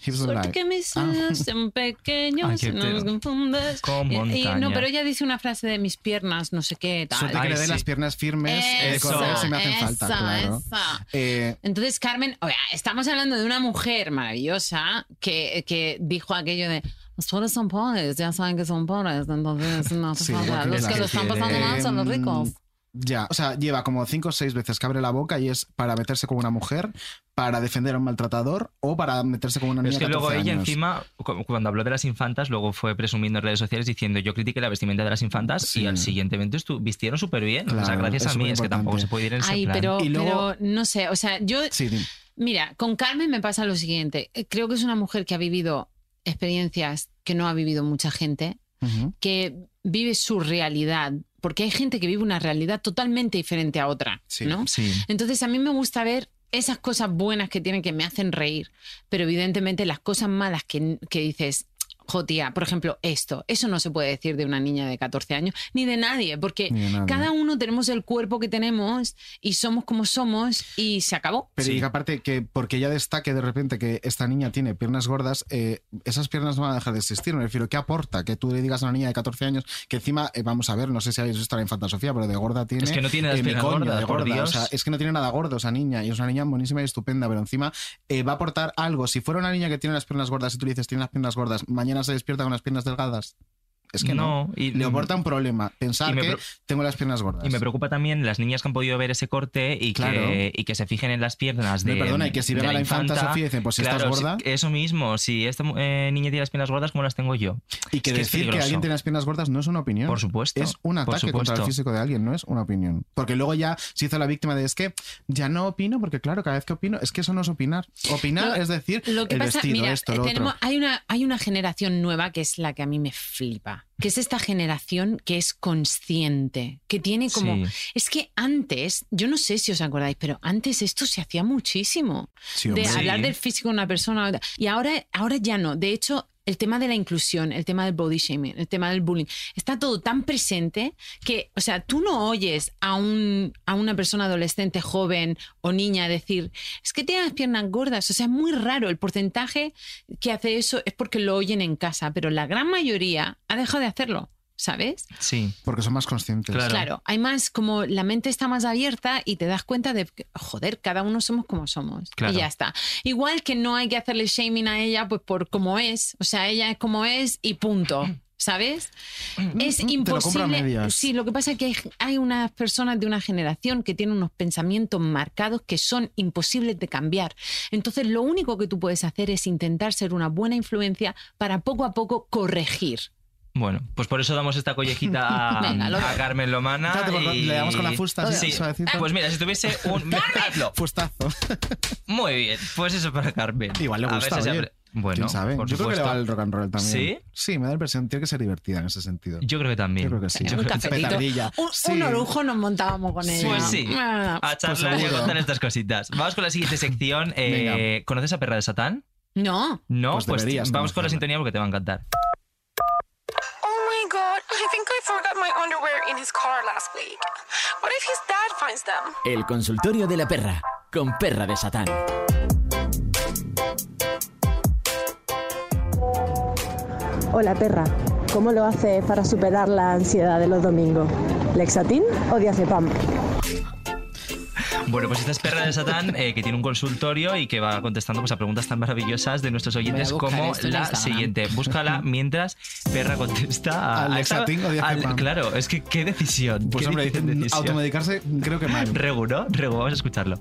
S4: Hips don't
S6: Suerte
S4: lie.
S6: que mis
S4: Ah.
S6: años son
S1: Ay,
S6: pequeños,
S1: qué
S6: no me
S1: te-
S6: confundas.
S1: Con
S6: Y- y no,
S1: montaña.
S6: pero ella dice una frase de mis piernas, no sé qué, tal.
S4: Suerte que
S1: Ay,
S4: le den
S1: sí.
S4: las piernas firmes, eh,
S6: Eso.
S4: correr si me hacen falta,
S6: Esa,
S4: claro.
S6: esa.
S4: Eh,
S6: Entonces, Carmen, o sea, estamos hablando de una mujer maravillosa que, que dijo aquello de los pobres son pobres, ya saben que son pobres, entonces no hace
S4: Sí,
S6: falta.
S4: porque
S6: Los
S4: claro,
S6: que lo están
S1: tiene-
S6: pasando mal son los ricos.
S4: Ya, o sea, lleva como cinco o seis veces que abre la boca y es para meterse con una mujer, para defender a un maltratador o para meterse con una
S1: Pero
S4: niña
S1: es que
S4: de 14
S1: luego ella
S4: años.
S1: encima, cu- cuando habló de las infantas, luego fue presumiendo en redes sociales diciendo yo critiqué la vestimenta de las infantas y al siguiente evento estu- vistieron súper bien. o sea,
S4: Claro,
S1: gracias
S4: es
S1: a mí, es que
S4: superimportante.
S1: tampoco se puede ir en ese
S6: Ay,
S1: plan.
S6: pero,
S4: Y luego-
S6: pero no sé, o sea, yo,
S4: Sí, di-
S6: mira, con Carmen me pasa lo siguiente. Eh, Creo que es una mujer que ha vivido experiencias que no ha vivido mucha gente,
S4: Ujú.
S6: que vive su realidad, porque hay gente que vive una realidad totalmente diferente a otra,
S4: Sí,
S6: ¿no?
S1: Sí.
S6: Entonces a mí me gusta ver esas cosas buenas que tienen que me hacen reír, pero evidentemente las cosas malas que, que dices, jo tía, por ejemplo, esto, eso no se puede decir de una niña de 14 años, ni de nadie, porque
S4: Ni de nadie.
S6: Eh,
S1: ¿eh?
S6: cada uno tenemos el cuerpo que tenemos y somos como somos y se acabó.
S4: Pero y que aparte que porque ella destaque de repente que esta niña tiene piernas gordas, eh, esas piernas no van a dejar de existir. Me refiero, ¿qué aporta que tú le digas a una niña de 14 años que encima, eh, vamos a ver, no sé si habéis visto la infanta Sofía, pero de gorda tiene...
S1: Es que no tiene las
S4: Eh, mi
S1: piernas
S4: coño,
S1: gordas,
S4: de
S1: por
S4: gorda. O
S1: Dios.
S4: sea, es que no tiene nada gordo esa niña y es una niña buenísima y estupenda, pero encima eh, va a aportar algo. Si fuera una niña que tiene las piernas gordas y tú le dices, tiene las piernas gordas, mañana se despierta con las piernas delgadas. Es que no.
S1: No, y-
S4: le aporta un problema pensar
S1: y me
S4: que
S1: pro-
S4: tengo las piernas gordas.
S1: Y me preocupa también las niñas que han podido ver ese corte y,
S4: Claro.
S1: que, y que se fijen en las piernas de.
S4: No, perdona, y que si
S1: de
S4: ven a la infanta Sofía dicen, pues si estás
S1: Claro,
S4: gorda.
S1: si- Eso mismo, si esta eh, niña tiene las piernas gordas, ¿cómo las tengo yo?
S4: Y que
S1: Es es
S4: decir que
S1: peligroso.
S4: alguien tiene las piernas gordas no es una opinión.
S1: Por supuesto.
S4: Es un
S1: por
S4: ataque contra el
S1: supuesto.
S4: físico de alguien, no es una opinión. Porque luego ya se hizo la víctima de es que ya no opino, porque claro, cada vez que opino, es que eso no es opinar. Opinar
S6: Lo-
S4: es decir,
S6: Lo que
S4: el
S6: pasa,
S4: vestido,
S6: mira, eh,
S4: esto, lo
S6: tenemos-
S4: otro.
S6: hay una hay una generación nueva que es la que a mí me flipa, que es esta generación que es consciente, que tiene como
S1: Sí.
S6: es que antes, yo no sé si os acordáis, pero antes esto se hacía muchísimo.
S4: Sí,
S6: de
S4: hombre.
S1: Sí.
S6: hablar del físico de una persona. otra. Y ahora, ahora ya no. De hecho, el tema de la inclusión, el tema del body shaming, el tema del bullying, está todo tan presente que, o sea, tú no oyes a, un, a una persona adolescente, joven o niña decir, es que tiene las piernas gordas. O sea, es muy raro. El porcentaje que hace eso es porque lo oyen en casa, pero la gran mayoría ha dejado de hacerlo, ¿sabes?
S1: Sí.
S4: Porque son más conscientes.
S1: Claro.
S6: Claro, hay más como la mente está más abierta y te das cuenta de que, joder, cada uno somos como somos
S1: Claro.
S6: y ya está. Igual que no hay que hacerle shaming a ella pues por cómo es, o sea, ella es como es y punto. ¿Sabes? Es
S4: Mm, Te lo compro a
S6: imposible.
S4: medias.
S6: Sí, lo que pasa es que hay, hay unas personas de una generación que tienen unos pensamientos marcados que son imposibles de cambiar. Entonces, lo único que tú puedes hacer es intentar ser una buena influencia para poco a poco corregir.
S1: Bueno, pues por eso damos esta collejita a,
S6: Venga, lo-
S1: a Carmen Lomana.
S4: Date por-
S1: y-
S4: le damos con la fusta, así,
S1: Sí.
S4: suavecito.
S1: Pues mira, si tuviese un. Hazlo.
S4: Fustazo.
S1: Muy bien, pues eso para Carmen.
S4: Igual le
S1: A ver
S4: gusta,
S1: si se
S4: oye.
S1: apre- Bueno,
S4: ¿Quién sabe?
S1: por
S4: Yo creo que le
S1: supuesto.
S4: va el rock and roll también.
S1: ¿Sí?
S4: Sí, me da la impresión. Tiene que ser divertida en ese sentido.
S1: Yo creo que también.
S4: Yo creo que sí.
S6: un cafetito.
S4: Petardilla.
S6: Un,
S4: Sí.
S6: un orujo nos montábamos con ella.
S1: Pues sí.
S6: Ah.
S1: A charlar y a
S4: seguro.
S1: contar estas cositas. Vamos con la siguiente sección. Eh, ¿Conoces a Perra de Satán?
S6: No.
S1: No,
S4: Pues
S1: pues,
S4: deberías
S1: vamos con la
S4: conocerla.
S1: sintonía porque te va a encantar.
S11: Oh my god, I think I forgot my underwear in his car last week. What if his dad finds them?
S3: El consultorio de la perra con Perra de Satán.
S13: Hola perra, ¿cómo lo haces para superar la ansiedad de los domingos? ¿Lexatin o diazepam?
S1: Bueno, pues esta es Perra de Satán, eh, que tiene un consultorio y que va contestando pues, a preguntas tan maravillosas de nuestros oyentes
S6: Voy a buscar
S1: como
S6: esto en
S1: la
S6: Instagram.
S1: siguiente. Búscala mientras Perra contesta a,
S4: Al
S1: a esta-
S4: Lexatín o diazepam.
S1: al- Claro, es que qué decisión.
S4: Pues
S1: qué
S4: hombre,
S1: difícil decisión.
S4: automedicarse creo que mal.
S1: Regu, ¿no? Regu, vamos a escucharlo.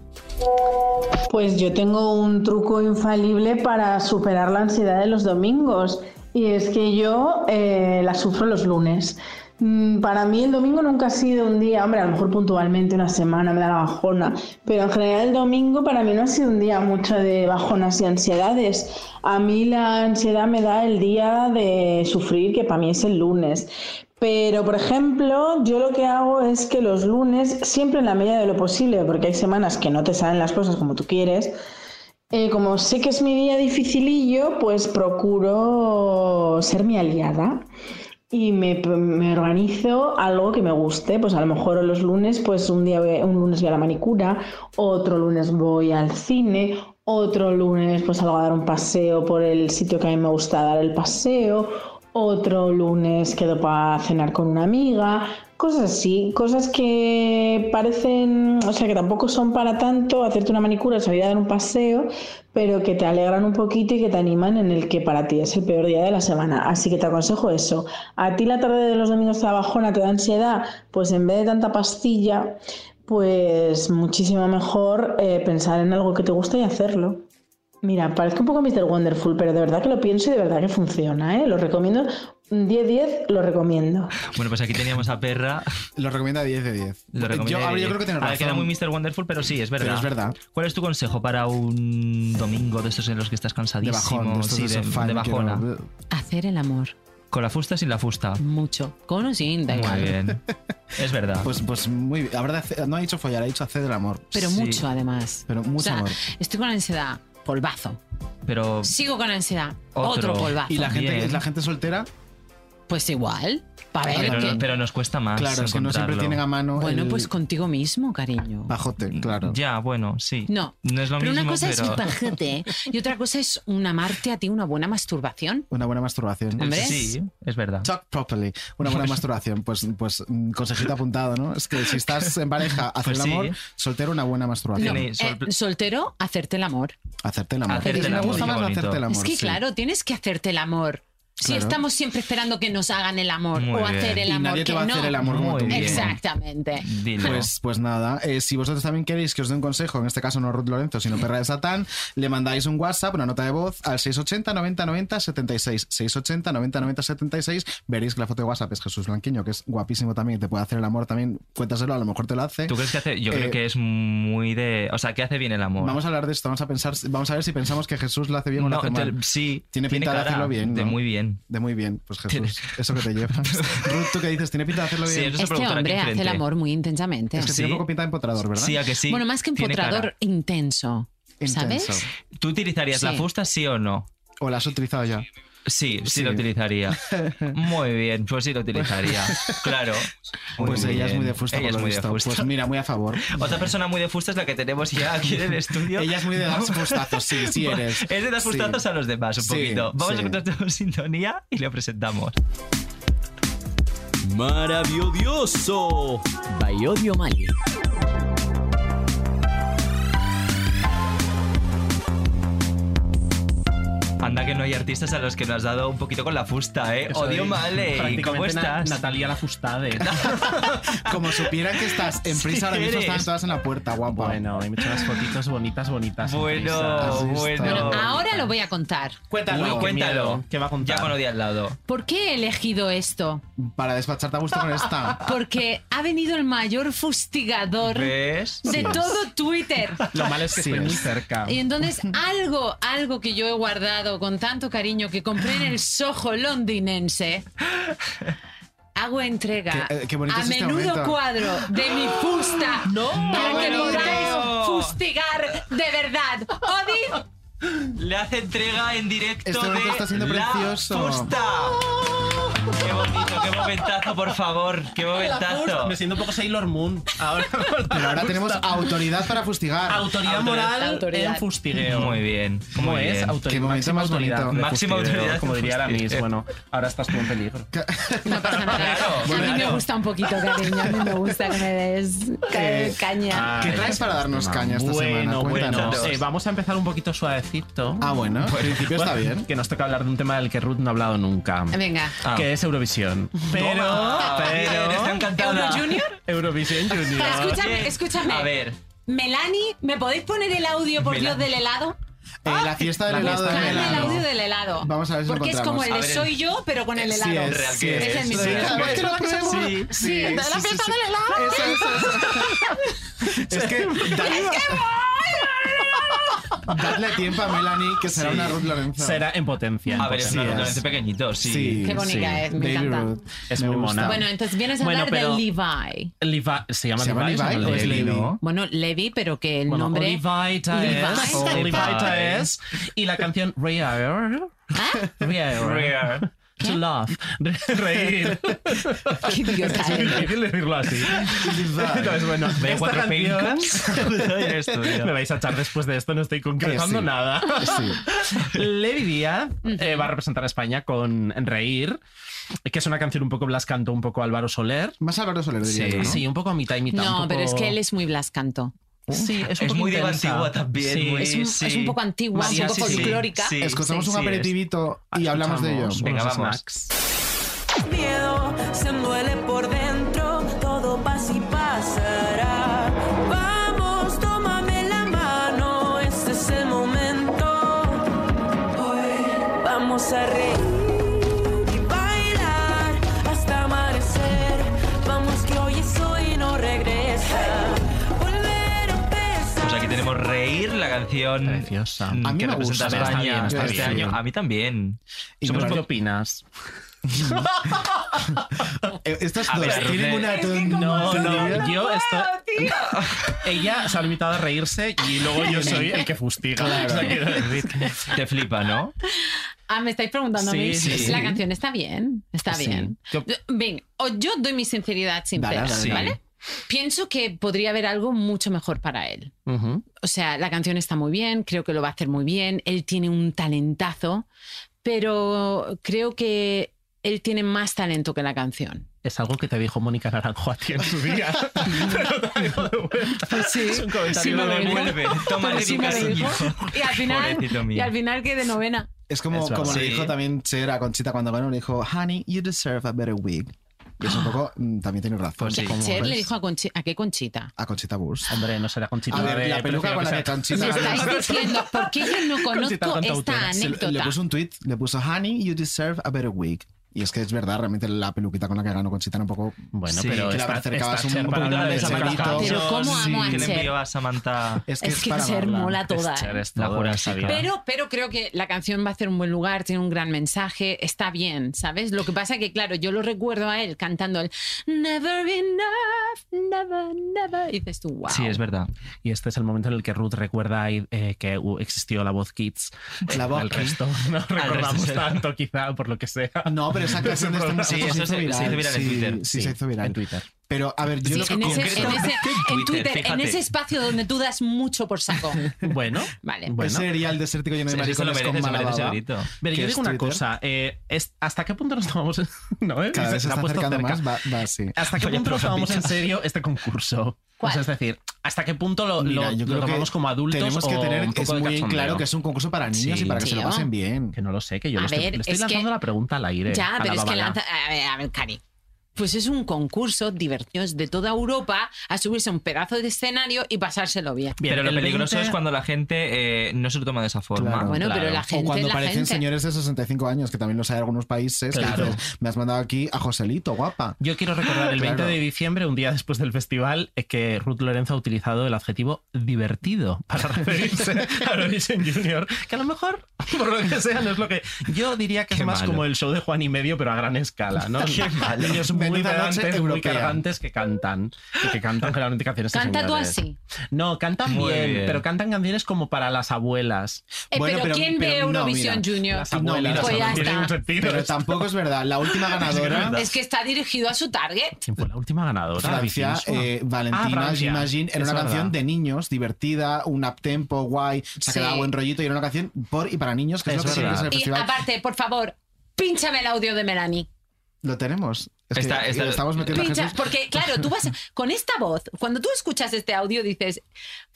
S10: Pues yo tengo un truco infalible para superar la ansiedad de los domingos Y es que yo eh, la sufro los lunes. Mm, Para mí el domingo nunca ha sido un día, hombre, a lo mejor puntualmente una semana me da la bajona, pero en general el domingo para mí no ha sido un día mucho de bajonas y ansiedades. A mí la ansiedad me da el día de sufrir, que para mí es el lunes. Pero, por ejemplo, yo lo que hago es que los lunes, siempre en la medida de lo posible, porque hay semanas que no te salen las cosas como tú quieres, eh, como sé que es mi día dificilillo, pues procuro ser mi aliada y me, me organizo algo que me guste. Pues a lo mejor los lunes, pues un día voy- un lunes voy a la manicura, otro lunes voy al cine, otro lunes pues salgo a dar un paseo por el sitio que a mí me gusta dar el paseo, otro lunes quedo para cenar con una amiga, cosas así, cosas que parecen, o sea, que tampoco son para tanto hacerte una manicura, salir a dar un paseo, pero que te alegran un poquito y que te animan en el que para ti es el peor día de la semana. Así que te aconsejo eso. A ti la tarde de los domingos te da bajona, te da ansiedad, pues en vez de tanta pastilla, pues muchísimo mejor eh, pensar en algo que te gusta y hacerlo. Mira, parece un poco Mr. Wonderful, pero de verdad que lo pienso y de verdad que funciona, ¿eh? Lo recomiendo. 10-10, lo recomiendo.
S1: Bueno, pues aquí teníamos a Perra.
S4: Lo recomienda 10 de 10.
S1: Lo recomienda
S4: Yo, a ver, yo creo que tiene
S1: A ver, queda
S4: razón.
S1: muy Mr. Wonderful, pero sí, es verdad.
S4: Pero es verdad.
S1: ¿Cuál es tu consejo para un domingo de estos en los que estás
S4: De
S1: cansadísimo?
S4: bajón, de estos
S1: sí,
S4: de
S1: de,
S4: sofá,
S1: de
S4: que
S1: bajona.
S4: no-
S6: Hacer el amor.
S1: ¿Con la fusta o sin la fusta?
S6: Mucho. Con o sin, da igual.
S1: Muy bien. Es verdad.
S4: Pues, pues muy bien. Habrá de hacer- no ha dicho follar, ha dicho hacer el amor.
S6: Pero mucho, además.
S4: Pero
S6: O
S4: mucho
S6: sea, ah,
S4: amor.
S6: estoy con ansiedad. Polvazo.
S1: Pero.
S6: Sigo con ansiedad.
S1: Otro.
S6: Otro, polvazo.
S4: ¿Y la gente, la gente soltera?
S6: Pues igual. Para ver.
S1: Pero,
S6: qué-
S1: no- pero nos cuesta más.
S4: Claro, es que no siempre
S1: Ah, encontrarlo.
S4: tienen a mano.
S6: Bueno,
S4: el
S6: pues contigo mismo, cariño.
S4: Bajote, claro.
S1: Ya, bueno, sí.
S6: No.
S1: No es lo
S6: pero
S1: mismo.
S6: una cosa es
S1: pero-
S6: un pajete y otra cosa es un amarte a ti una buena masturbación.
S4: Una buena masturbación.
S6: Hombre.
S1: Sí, es verdad.
S4: Talk properly. Una buena masturbación. Pues, pues mm, consejito apuntado, ¿no? Es que si estás en pareja, hacer
S1: Pues
S4: el
S1: sí.
S4: amor, soltero, una buena masturbación.
S6: No, eh, soltero, hacerte el amor.
S4: Hacerte el amor.
S1: Hacerte
S4: Es que
S1: el
S4: me
S1: amor,
S4: gusta
S1: qué
S4: más
S1: bonito.
S4: hacerte el amor.
S6: es que,
S4: sí.
S6: claro, tienes que hacerte el amor. Si
S4: Claro.
S6: estamos siempre esperando que nos hagan el amor
S4: Muy
S6: o hacer
S4: bien.
S6: el
S4: Y
S6: amor,
S4: nadie te
S6: que
S4: va a
S6: no.
S4: hacer el amor como Muy tú. bien.
S6: Exactamente.
S4: Pues, pues nada, eh, si vosotros también queréis que os dé un consejo, en este caso no Ruth Lorenzo, sino Perra de Satán, le mandáis un WhatsApp, una nota de voz al 680 90 90 76. 680 90 90 76. Veréis que la foto de WhatsApp es Jesús Blanquiño, que es guapísimo también, te puede hacer el amor también. Cuéntaselo, a lo mejor te lo hace.
S1: ¿Tú crees que hace? Yo
S4: Eh,
S1: creo que es muy de. O sea, que hace bien el amor.
S4: Vamos a hablar de esto, vamos a pensar, vamos a ver si pensamos que Jesús lo hace bien o lo
S1: No,
S4: hace
S1: te-
S4: mal.
S1: sí,
S4: tiene
S1: tiene
S4: pinta de
S1: cara
S4: hacerlo bien.
S1: de
S4: ¿no?
S1: muy bien.
S4: De muy bien, pues Jesús, eso que te llevas. Ruth, ¿tú qué dices? ¿Tiene pinta de hacerlo
S1: Sí,
S4: bien?
S1: eso se
S6: Este hombre hace el amor muy intensamente.
S4: Es que tiene un poco pinta de empotrador, ¿verdad?
S1: Sí, a que sí.
S6: Bueno, más que
S1: Tiene
S6: empotrador,
S1: cara.
S6: intenso. ¿Sabes?
S4: Intenso.
S1: ¿Tú utilizarías la
S6: Sí.
S1: fusta, sí o no?
S4: ¿O la has utilizado ya?
S1: Sí, sí,
S4: Sí.
S1: lo utilizaría. Muy bien, pues sí lo utilizaría. Claro. Muy
S4: pues ella es
S1: bien.
S4: muy de fusta,
S1: Ella
S4: por
S1: es
S4: lo
S1: muy de
S4: visto.
S1: fusta.
S4: Pues mira, muy a favor.
S1: Otra persona muy de fusta es la que tenemos ya aquí en el estudio.
S4: Ella es muy de dar fustazos, sí, sí eres.
S1: Es de dar
S4: Sí.
S1: fustazos a los demás un
S4: Sí,
S1: poquito. Vamos
S4: sí.
S1: a encontrar sintonía y le presentamos.
S3: Maravilloso. Bayodio Mali.
S1: Anda que no hay artistas a los que nos has dado un poquito con la fusta, ¿eh? Odio Male, ¿cómo estás?
S7: Natalia la Fustade.
S4: Como supieran que estás en prisa, ahora mismo
S7: eres.
S4: están todas en la puerta, guapa.
S7: Bueno, hay muchas fotitos bonitas, bonitas. en
S1: Bueno,
S7: prisa.
S1: Así está. bueno.
S6: Ahora lo voy a contar.
S1: Uy,
S7: Cuéntalo,
S1: cuéntalo.
S7: ¿Qué va a contar?
S1: Ya con Odia al lado.
S6: ¿Por qué he elegido esto?
S4: Para despacharte a gusto con esta.
S6: Porque ha venido el mayor fustigador
S1: ¿Ves?
S6: de
S4: Sí.
S6: todo Twitter.
S7: Lo malo es que
S4: Sí
S7: estoy muy
S4: es.
S7: cerca.
S6: Y entonces algo, algo que yo he guardado con tanto cariño que compré en el Soho londinense, hago entrega
S4: Qué- eh, qué bonito
S6: a
S4: es este
S6: menudo
S4: momento.
S6: cuadro de mi fusta para que
S1: me lo creo.
S6: podáis fustigar de verdad. Odi,
S1: Le hace entrega en directo
S4: Este momento
S1: de
S4: está siendo
S1: la
S4: precioso.
S1: fusta. Qué bonito, qué momentazo, por favor. Qué momentazo.
S7: Me siento un poco Sailor Moon. Ahora,
S4: Pero ahora tenemos autoridad para fustigar.
S7: autoridad
S1: Autoridad.
S7: moral
S6: Autoridad.
S7: en fustigueo.
S1: Muy bien.
S7: ¿Cómo
S1: muy
S7: es?
S1: bien.
S4: Qué
S7: Autoridad,
S4: momento
S7: máxima
S4: más bonito.
S7: autoridad. de
S1: Máxima
S7: fustigueo,
S1: autoridad
S7: Como
S1: en
S7: diría la Miss.
S1: fustigueo.
S7: Bueno, ahora estás tú en peligro.
S6: No pasa nada.
S1: Claro,
S6: a mí
S1: claro.
S6: me gusta un poquito, cariño. A mí me gusta que me des ca-
S7: Eh,
S6: caña.
S4: ¿Qué traes para darnos caña esta semana?
S7: Bueno, bueno,
S4: Cuéntanos.
S7: eh,
S1: pues,
S7: vamos a empezar un poquito suavecito.
S4: Ah, bueno, en principio está
S7: Bueno,
S4: bien.
S7: Que nos toca hablar de un tema del que Ruth no ha hablado nunca.
S6: Venga.
S1: Ah.
S7: Que es Eurovisión. Pero,
S1: Toma, bien, está
S7: pero.
S1: encantada.
S6: ¿Euro Junior?
S7: Eurovisión Junior.
S6: Escúchame,
S1: Bien.
S6: escúchame.
S1: A ver.
S6: Melanie, ¿me podéis poner el audio, por
S1: Melanie.
S6: Dios, del helado?
S4: Eh, la fiesta del
S6: La
S4: helado.
S6: fiesta
S4: de
S6: del
S4: helado.
S6: audio del helado.
S4: Vamos a ver si lo
S6: Porque es como
S4: encontramos.
S6: el
S4: A
S6: de
S4: ver,
S6: soy yo, pero con el
S4: Sí
S6: helado.
S4: es, sí
S6: es,
S4: es.
S6: el mismo.
S4: Sí, cada vez que lo pruebo-
S6: Sí,
S4: sí, sí,
S6: el de la
S4: sí,
S6: fiesta
S4: sí.
S6: del helado.
S4: Eso, Es que dadle, dadle tiempo a Melanie, que será
S7: Sí.
S4: una Ruth Lorenzo.
S7: Será en potencia.
S1: A ver, es
S7: Sí,
S1: una Ruth
S7: es.
S1: Lorenzo pequeñito, sí.
S7: Sí,
S6: Qué bonita
S7: sí.
S6: es, me encanta.
S7: Es muy mona.
S6: Bueno, entonces vienes a
S7: Bueno,
S6: hablar
S7: pero-
S6: de Levi.
S7: Levi- ¿Se llama
S4: ¿Se llama
S7: Levi?
S4: Levi o es
S7: Levi,
S4: Levi?
S7: ¿no?
S6: Bueno, Levi, pero que el
S7: Bueno,
S6: nombre.
S7: Olivaita
S6: Levi.
S7: es. Olivaita es. Y la canción Rear.
S6: ¿Ah?
S7: Rear.
S1: Rear.
S7: To love. Re- Reír.
S6: Qué idiota
S7: Es
S6: eres.
S7: difícil decirlo así. Entonces, bueno,
S1: Ve
S7: esta
S1: cuatro
S7: canción...
S1: Eres tú, ya.
S7: Me vais a echar después de esto, no estoy concretando
S4: Eh, sí.
S7: nada. Levi Díaz eh, va a representar a España con Reír, que es una canción un poco Blas Canto, un poco Álvaro Soler.
S4: Más Álvaro Soler, diría yo, ¿no?
S7: Sí, un poco a mitad y mitad.
S6: No,
S7: un poco-
S6: pero es que él es muy blascanto.
S7: Sí, es, un
S1: Es
S7: poco
S1: muy diva
S7: intensa.
S1: antigua también,
S7: Sí.
S1: muy-
S6: Es un,
S1: sí.
S6: es un poco antigua,
S7: María,
S6: un poco
S7: sí, sí,
S6: folclórica.
S1: sí.
S4: Escuchamos un
S1: sí,
S4: aperitivito y hablamos de ello.
S1: Venga,
S7: unos
S1: vamos.
S7: snacks.
S14: miedo se duele por dentro, todo pasa y pasará. Vamos, tómame la mano, este es el momento. Hoy vamos a reír y bailar hasta amanecer. Vamos que hoy es hoy y no regresa. Volver a empezar.
S1: Pues aquí tenemos Reír, la canción
S7: Preciosa.
S1: mm,
S4: A mí
S1: que
S4: me
S1: representa
S4: gusta,
S1: a
S4: está
S1: España
S4: bien, está
S1: este
S4: bien.
S1: año. A mí también.
S4: Y
S1: Somos
S4: me
S7: ¿Qué
S4: parece-
S7: opinas?
S4: Eh, Estas
S1: A
S4: dos
S7: Pues,
S1: ver,
S4: tienen
S1: Ruth,
S4: una
S1: es
S7: No, no,
S4: tontería.
S7: yo estoy. Ella se ha limitado a reírse y luego yo soy el que fustiga. O sea, quiero decir.
S1: Te flipa, ¿no?
S6: Ah, me estáis preguntando a
S7: Sí,
S6: mí.
S7: sí,
S6: La
S7: sí.
S6: canción está bien, está
S7: Sí.
S6: bien.
S7: Yo-
S6: Venga, o yo doy mi sinceridad sincera,
S4: Dale, dale,
S1: dale.
S6: ¿vale? Pienso que podría haber algo mucho mejor para él.
S7: Ujú.
S6: O sea, la canción está muy bien, creo que lo va a hacer muy bien, él tiene un talentazo, pero creo que él tiene más talento que la canción.
S7: Es algo que te dijo Mónica Naranjo a ti en su día. Pero te digo de vuelta. Es un comentario
S6: me
S7: de
S6: lo dijo.
S7: vuelta.
S1: Vuelve, toma
S6: Pero sí me lo
S1: cariño.
S6: dijo. Y al
S1: Pobrecito
S6: final,
S1: mío.
S6: y al final que de novena.
S4: Es como,
S7: Eso,
S4: como le
S1: sí.
S4: dijo también Cher a Conchita cuando ganó, le dijo, Honey, you deserve a better wig. Y es un poco, mm, también tiene razón.
S1: Pues sí.
S4: como
S6: Cher le
S4: ves
S6: dijo a, Conchi- ¿a qué Conchita.
S4: a Conchita Wurst.
S7: Hombre, no será Conchita.
S4: A ver, la
S7: de-
S4: peluca
S7: prefiero
S4: con la
S7: que
S4: de
S7: sea-
S4: Conchita.
S6: Me estáis diciendo, ¿por qué yo no
S7: Conchita
S6: conozco
S7: cantautora.
S6: esta
S4: Se- Le
S6: anécdota?
S4: puso un tweet, le puso, Honey, you deserve a better wig. Y es que es verdad, realmente la peluquita con la que ganó Conchita era un poco.
S7: Bueno,
S1: Sí,
S7: pero
S4: que la
S7: esta-
S4: acercabas
S7: esta
S4: un
S7: Cher
S4: poco
S7: para
S4: al
S7: hablar
S4: lado
S7: de
S4: de
S7: Samantha
S4: Samantha.
S6: Pero cómo
S7: Johnson,
S6: amo a
S1: que le
S6: Cher.
S1: envió a Samantha.
S4: Es que
S6: Es
S4: es,
S6: que
S4: para
S6: ser
S4: verla.
S6: mola toda.
S7: Cher
S6: ¿eh?
S7: es todo,
S1: La Jurásica.
S7: sabía.
S6: Pero, pero creo que la canción va a hacer un buen lugar, tiene un gran mensaje, está bien, ¿sabes? Lo que pasa que, claro, yo lo recuerdo a él cantando el Never Enough, Never, Never. Y dices tú, wow.
S1: Sí, es verdad.
S7: Y este es el momento en el que Ruth recuerda eh, que uh, existió la voz Kids.
S4: La voz
S7: El
S4: Kids.
S7: resto no recordamos
S1: resto, sí.
S7: tanto, quizá, por lo que sea.
S4: No, pero esa canción de este muchacho
S1: Sí, eso se- se hizo viral en
S4: Sí,
S1: Twitter.
S4: Sí, se hizo viral.
S7: En Twitter.
S4: Pero, a ver, yo
S6: Sí,
S4: lo que
S6: en, ese,
S4: concreto-
S6: en ese- en
S1: Twitter,
S6: Twitter, en
S1: fíjate.
S6: ese espacio donde tú das mucho por saco.
S7: Bueno,
S6: Vale.
S7: bueno.
S4: Ese erial desértico lleno de
S1: Eso se lo
S4: maricones
S1: merece,
S4: con
S1: se
S4: mala
S1: merece ese
S4: baba.
S1: grito.
S7: Pero
S4: que
S7: yo
S4: es
S7: digo una
S4: Twitter.
S7: cosa, eh, es- ¿hasta qué punto nos tomamos en- no, eh?
S4: Cada
S7: Se-
S4: vez
S7: se
S4: se
S7: ha
S4: está
S7: puesto
S4: acercando
S7: cerca.
S4: más, va, va, sí.
S7: ¿Hasta qué
S1: Vaya
S7: punto nos
S1: prosa
S7: tomamos en
S1: bicha.
S7: serio este concurso?
S6: ¿Cuál?
S7: O sea, es decir, ¿hasta qué punto lo,
S4: Mira,
S7: lo-
S4: yo
S7: lo
S4: creo
S7: tomamos
S4: que
S7: como adultos?
S4: Tenemos que
S7: o
S4: tener
S7: un poco
S4: es
S7: de
S4: muy
S7: cachondeo?
S4: claro que es un concurso para niños
S7: Sí.
S4: y para que se
S6: Tío.
S4: lo pasen bien.
S7: Que no lo sé, que yo
S6: A
S7: lo estoy,
S6: ver,
S7: le estoy
S6: es que-
S7: lanzando la pregunta al aire.
S6: Ya,
S7: a la
S6: pero es que
S7: babala.
S6: lanza. A ver, a ver, Cari. Pues es un concurso divertidos de toda Europa a subirse a un pedazo de escenario y pasárselo bien.
S7: Bien,
S1: pero lo
S7: el
S1: peligroso
S7: 20
S1: es cuando la gente eh, no se lo toma de esa forma.
S4: Claro.
S6: Bueno, pero la
S4: O
S6: gente
S4: cuando
S6: es la
S4: parecen
S6: gente.
S4: señores de 65 años, que también los hay en algunos países, que
S7: Claro.
S4: dices, me has mandado aquí a Joselito, guapa.
S7: Yo quiero recordar el 20
S4: Claro.
S7: de diciembre, un día después del festival, eh, que Ruth Lorenzo ha utilizado el adjetivo divertido para referirse a Eurovision Junior, que a lo mejor, por lo que sea, no es lo que... Yo diría que
S1: Qué
S7: es más
S1: malo.
S7: como el show de Juan y medio, pero a gran escala, ¿no? Niños muy
S4: Menuda noche
S7: pedantes, muy
S4: europea.
S7: cargantes que cantan, y que cantan generalmente canciones de
S6: Canta tú
S7: señores.
S6: así.
S7: No, cantan
S1: Muy
S7: bien,
S1: bien.
S7: pero cantan canciones como para las abuelas.
S6: Eh,
S4: Bueno,
S6: pero,
S4: pero-
S6: ¿quién
S4: pero
S6: ve
S4: no,
S6: Eurovisión
S4: mira,
S6: Junior?
S7: Las
S4: No,
S7: abuelas
S4: mira,
S6: Pues ya
S7: no tienen
S6: está.
S7: un sentido.
S4: Pero tampoco es verdad. La última ganadora,
S6: Es que está dirigido a su target.
S7: ¿Quién fue la última ganadora?
S4: Francia,
S7: Vicensua.
S4: eh,
S7: Ah,
S4: Valentina,
S7: Francia.
S4: Imagine, era
S7: Es
S4: una
S7: verdad.
S4: canción de niños, divertida, un uptempo, guay, se
S6: Sí.
S4: quedaba buen rollito y era una canción por y para niños, que es,
S7: Es
S4: lo que siempre
S7: verdad.
S4: es el
S6: Y
S4: festival.
S6: aparte, por favor, pínchame el audio de Melanie.
S4: Lo tenemos. Es que
S1: Está- está-
S4: estamos metiendo a
S5: Pincha,
S4: Jesús.
S5: porque claro, tú vas con esta voz, cuando tú escuchas este audio dices,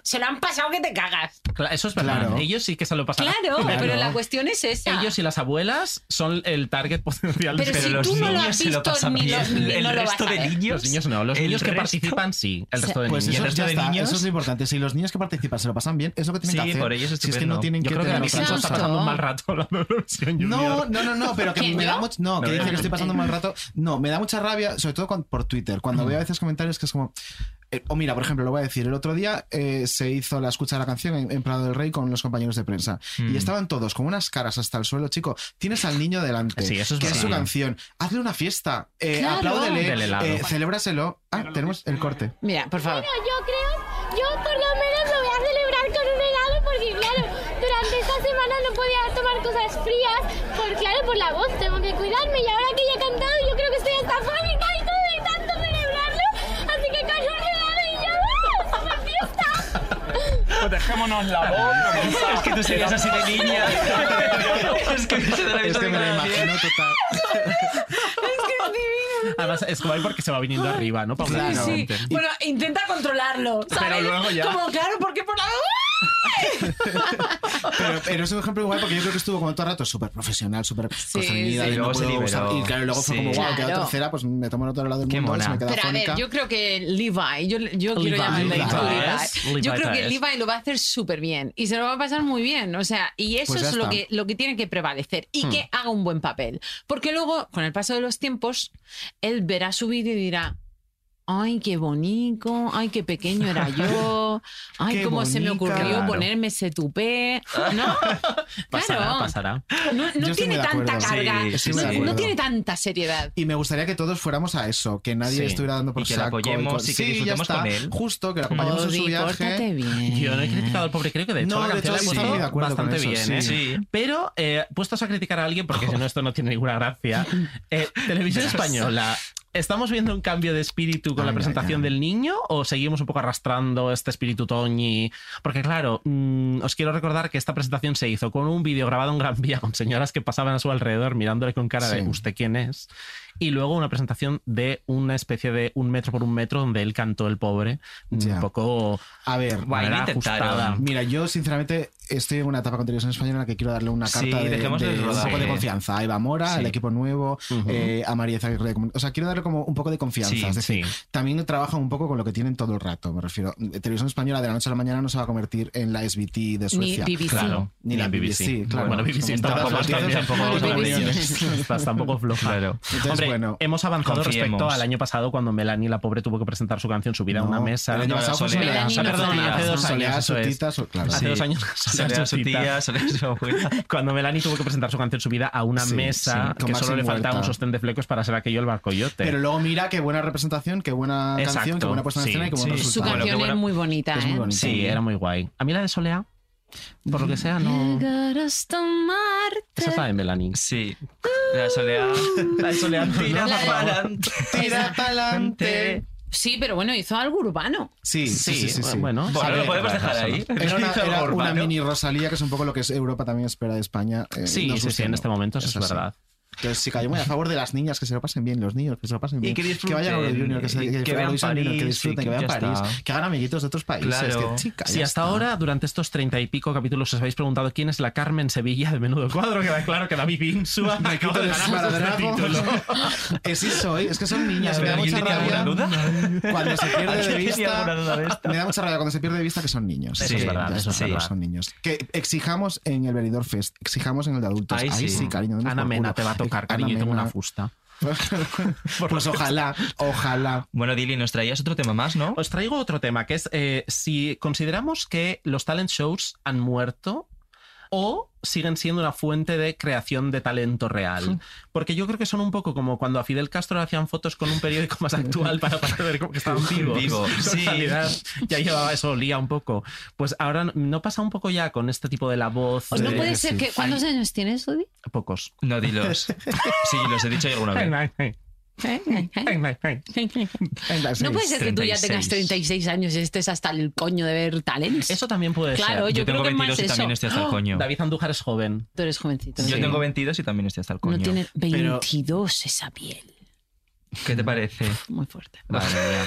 S5: se lo han pasado que te cagas.
S3: Cla- Eso es verdad.
S4: Claro.
S3: Ellos sí que se lo pasan.
S5: Claro, pero la cuestión es esa.
S3: Ellos y las abuelas son el target potencial.
S5: Pero si tú no lo has visto, ni lo- ni- no lo vas a ver.
S3: Los niños no. Los
S1: el
S3: niños que
S1: resto-
S3: participan sí. El resto de
S4: pues
S3: niños.
S4: Eso,
S3: el resto
S4: ya
S3: de
S4: está,
S3: niños.
S4: eso es lo importante. Si los niños que participan se lo pasan bien, es lo que tienen
S3: Sí,
S4: que hacer.
S3: por ellos es
S4: si es que no tienen
S3: Yo
S4: que
S3: creo que
S4: tener
S3: ahora
S4: otra
S3: mismo
S4: cosa.
S3: estás pasando un mal rato hablando de Eurovisión
S4: No,
S3: Junior.
S4: no, no, no, pero que
S3: ¿Quién,
S4: me
S3: yo?
S4: da mucho. No,
S3: No,
S4: que dice
S3: yo.
S4: que estoy pasando un mal rato. No, me da mucha rabia, sobre todo cuando- por Twitter.
S3: Mm.
S4: Cuando veo a veces comentarios que es como. eh, o mira, por ejemplo, lo voy a decir. El otro día eh, se hizo la escucha de la canción en, en Prado del Rey con los compañeros de prensa.
S3: Mm.
S4: Y estaban todos con unas caras hasta el suelo, chico. Tienes al niño delante.
S3: Sí, eso es
S4: que es su
S3: verdad.
S4: canción. Hazle una fiesta. Eh,
S3: Claro. Del
S4: Apláudele.
S3: helado.
S4: eh, celébraselo. Ah, tenemos el corte.
S5: Mira, por favor.
S6: Bueno, yo creo, yo por lo menos lo voy a celebrar con un regalo porque claro, durante esta semana no podía tomar cosas frías, por claro, por la voz tengo que cuidarme y ahora que ya he cantado yo creo que estoy hasta pánica y todo y tanto celebrarlo, así que con un regalo y yo ¡ah! ¡Es una fiesta!
S15: Pues dejémonos la voz.
S1: Es que tú serías así de niña. es que se te la
S4: Es que me lo imagino total.
S3: Además, es guay porque se va viniendo arriba, ¿no?
S5: Sí,
S3: Paulatinamente.
S5: sí. Bueno, intenta controlarlo. ¿sabes?
S3: Pero luego ya.
S5: Como, claro, porque por la
S4: Pero, pero es un ejemplo igual porque yo creo que estuvo como todo el rato súper profesional, súper constreñida.
S1: sí.
S4: de
S1: Y luego
S4: no
S1: se
S4: puedo
S1: liberó.
S4: usar- Y claro, luego fue
S1: Sí.
S4: como, wow, quedó
S5: Claro.
S4: tercera, pues me tomo en otro lado del
S1: Qué
S4: mundo,
S1: mona.
S4: se me queda
S5: Pero a ver,
S4: fónica.
S5: yo creo que Levi, yo, yo
S4: Levi,
S5: quiero llamarle
S4: Levi.
S5: tú
S4: Levi.
S5: Levi. Yo
S4: Levi
S5: creo que
S4: Tyres.
S5: Levi lo va a hacer súper bien y se lo va a pasar muy bien. O sea, y eso
S16: Pues ya
S5: es lo
S16: está.
S5: que, lo que tiene que prevalecer y
S16: Hmm.
S5: que haga un buen papel. Porque luego, con el paso de los tiempos, él verá su vídeo y dirá. Ay, qué bonito, ay, qué pequeño era yo, ay,
S16: Qué
S5: cómo se me
S16: bonica.
S5: ocurrió
S16: Claro.
S5: ponerme ese tupé, ¿no?
S3: Pasará,
S5: claro.
S3: pasará.
S5: No, no
S4: Yo estoy muy
S5: tiene
S4: de
S5: tanta
S4: acuerdo.
S5: carga,
S4: Sí, estoy muy de
S5: no- no
S4: acuerdo.
S5: tiene tanta seriedad.
S4: Y me gustaría que todos fuéramos a eso, que nadie
S3: Sí.
S4: estuviera dando por
S1: Y que lo
S4: saco.
S1: apoyemos
S4: con-
S1: y que
S4: Sí, ya
S1: disfrutemos
S4: está.
S1: con él.
S4: Justo, que lo acompañemos en su
S5: Odi,
S4: viaje.
S5: pórtate bien.
S3: Yo no he criticado al pobre, creo que de hecho
S4: No,
S3: la
S4: de
S3: canción
S4: hecho,
S3: la
S4: sí,
S3: hemos
S4: de acuerdo con
S3: bastante bien,
S4: eso,
S3: ¿eh?
S4: sí.
S3: Pero eh, puestos a criticar a alguien, porque si no esto no tiene ninguna gracia, eh, Televisión Española, ¿estamos viendo un cambio de espíritu con la presentación del niño o seguimos un poco arrastrando este espíritu Toñi? Porque claro, mm, os quiero recordar que esta presentación se hizo con un vídeo grabado en Gran Vía con señoras que pasaban a su alrededor mirándole con cara de
S4: Sí.
S3: ¿usted quién es? Y luego una presentación de una especie de un metro por un metro donde él cantó el pobre, un poco...
S4: A ver,
S3: Guay, lo intentaron.
S4: Mira, yo sinceramente estoy en una etapa con televisión española en la que quiero darle una
S1: Sí,
S4: carta de,
S1: dejémosle
S4: de-
S1: el
S4: un
S1: rodaje.
S4: poco de confianza a Eva Mora,
S1: Sí.
S4: al equipo nuevo, eh, a María Zagre. O sea, quiero darle como un poco de confianza.
S1: Sí,
S4: es decir,
S1: sí.
S4: también trabajan un poco con lo que tienen todo el rato. Me refiero, eh, televisión española de la noche a la mañana no se va a convertir en la SBT de Suecia.
S3: BBC. Claro,
S4: ni la BBC. claro.
S3: Bueno, BBC está
S4: Somos
S3: tampoco,
S4: todos los días,
S3: tampoco,
S4: todos los días.
S3: está tampoco floja.
S4: Entonces,
S3: Hombre,
S4: bueno,
S3: hemos avanzado
S4: confiemos.
S3: respecto al año pasado cuando Melanie la pobre tuvo que presentar su canción Subida a una mesa.
S4: el año pasado fue
S3: Melanie
S4: Soleá,
S3: no
S4: Soleá,
S3: perdón,
S4: Soleá,
S3: hace dos
S4: Soleá,
S3: años. eso
S4: su
S3: es.
S4: tita, su- claro.
S3: Hace
S4: Sí.
S3: dos años.
S4: Soleá,
S3: Soleá,
S4: su
S3: su
S4: tita.
S3: tita. Cuando Melanie tuvo que presentar su canción Subida a una
S4: Sí, sí,
S3: mesa,
S4: con
S3: que
S4: Maxi
S3: solo le faltaba
S4: Huerta.
S3: un sostén de flecos para ser aquello el barcoyote.
S4: Pero luego mira qué buena representación, qué buena canción, qué buena puesta en escena y qué buen
S5: Su
S4: resultado.
S5: canción es muy bonita, ¿eh?
S3: Sí, era muy guay. A mí la de Soleá, por lo que sea, no.
S5: Llegarás tomarte.
S3: Esa es la de Melanie.
S1: Sí. La soleada.
S3: La soleada.
S1: Tira
S5: La-
S1: para adelante.
S4: Tira pa'lante.
S5: Sí, pero bueno, hizo algo urbano.
S4: Sí, sí, sí, sí, sí.
S3: Bueno,
S1: Bueno,
S4: A
S1: lo
S4: ver,
S1: podemos dejar ahí.
S4: Era una, era
S1: Urbano.
S4: una mini Rosalía, que es un poco lo que es Europa también espera de España. eh,
S3: Sí,
S4: nos
S3: sí, sí,
S4: guste o
S3: en
S4: no.
S3: este momento eso es
S4: así.
S3: verdad.
S4: Entonces, sí, cayó muy a favor de las niñas, que se lo pasen bien, los niños, que se lo pasen
S1: Y
S4: bien.
S1: que disfruten,
S4: vayan a Euro Junior, que, se,
S1: y que
S4: a
S1: vean
S4: Eurovisión Junior, que
S1: París,
S4: disfruten,
S1: y
S4: que
S1: que
S4: vean
S1: ya
S4: París,
S1: está.
S4: que hagan amiguitos de otros países.
S1: Claro.
S4: Que, chica,
S3: Si
S4: ya
S3: hasta
S4: está.
S3: ahora, durante estos treinta y pico capítulos, os habéis preguntado quién es la Carmen Sevilla de Menudo Cuadro, queda claro que David Insua
S4: Me quito
S3: acaba de
S4: el
S3: ganar este
S4: esparadrapo.
S3: título.
S4: Es eso, ¿eh? es que son niñas. Me
S1: Pero
S4: da
S1: ¿alguien
S4: mucha
S1: tenía
S4: rabia
S1: alguna
S4: cuando se pierde de
S1: ¿Alguien tenía
S4: vista.
S1: alguna duda de esto?
S4: Me da mucha rabia cuando se pierde de vista que son niños.
S3: Sí, es verdad,
S4: ya
S3: eso es
S4: está,
S3: verdad.
S4: Son niños. Que exijamos en el Benidorm Fest, exijamos en el de adultos. Ahí, sí. cariño. demos
S3: Ana
S4: por
S3: Mena
S4: culo.
S3: te va a tocar,
S4: Ana
S3: cariño, yo tengo
S4: Mena.
S3: una fusta.
S4: Pues ojalá, ojalá.
S1: Bueno, Dili, nos traías otro tema más, ¿no?
S3: Os traigo otro tema, que es eh, si consideramos que los talent shows han muerto o siguen siendo una fuente de creación de talento real. Porque yo creo que son un poco como cuando a Fidel Castro le hacían fotos con un periódico más actual para, para ver cómo que estaban vivos.
S1: Vivo,
S3: En
S1: sí.
S3: realidad, ya llevaba eso, olía un poco. Pues ahora no pasa un poco ya con este tipo de la voz.
S6: Pues
S5: no
S3: de-
S5: puede ser que. ¿Cuántos
S3: Ay,
S5: años tienes, Odi?
S3: Pocos.
S1: No, dilos. Sí, los he dicho yo alguna vez.
S5: ¿Eh? ¿Eh? ¿Eh? No puede ser que tú ya tengas 36 años y estés hasta el coño de ver talents.
S3: Eso también puede ser.
S5: Claro, yo, creo que más eso. ¡Oh!
S3: David Andújar es joven.
S5: Tú eres jovencito.
S1: Yo tengo 22 y también estoy hasta el coño.
S5: No tiene
S1: Pero-
S5: 22 esa piel.
S1: ¿Qué te parece?
S6: Muy fuerte.
S1: Madre
S3: eh.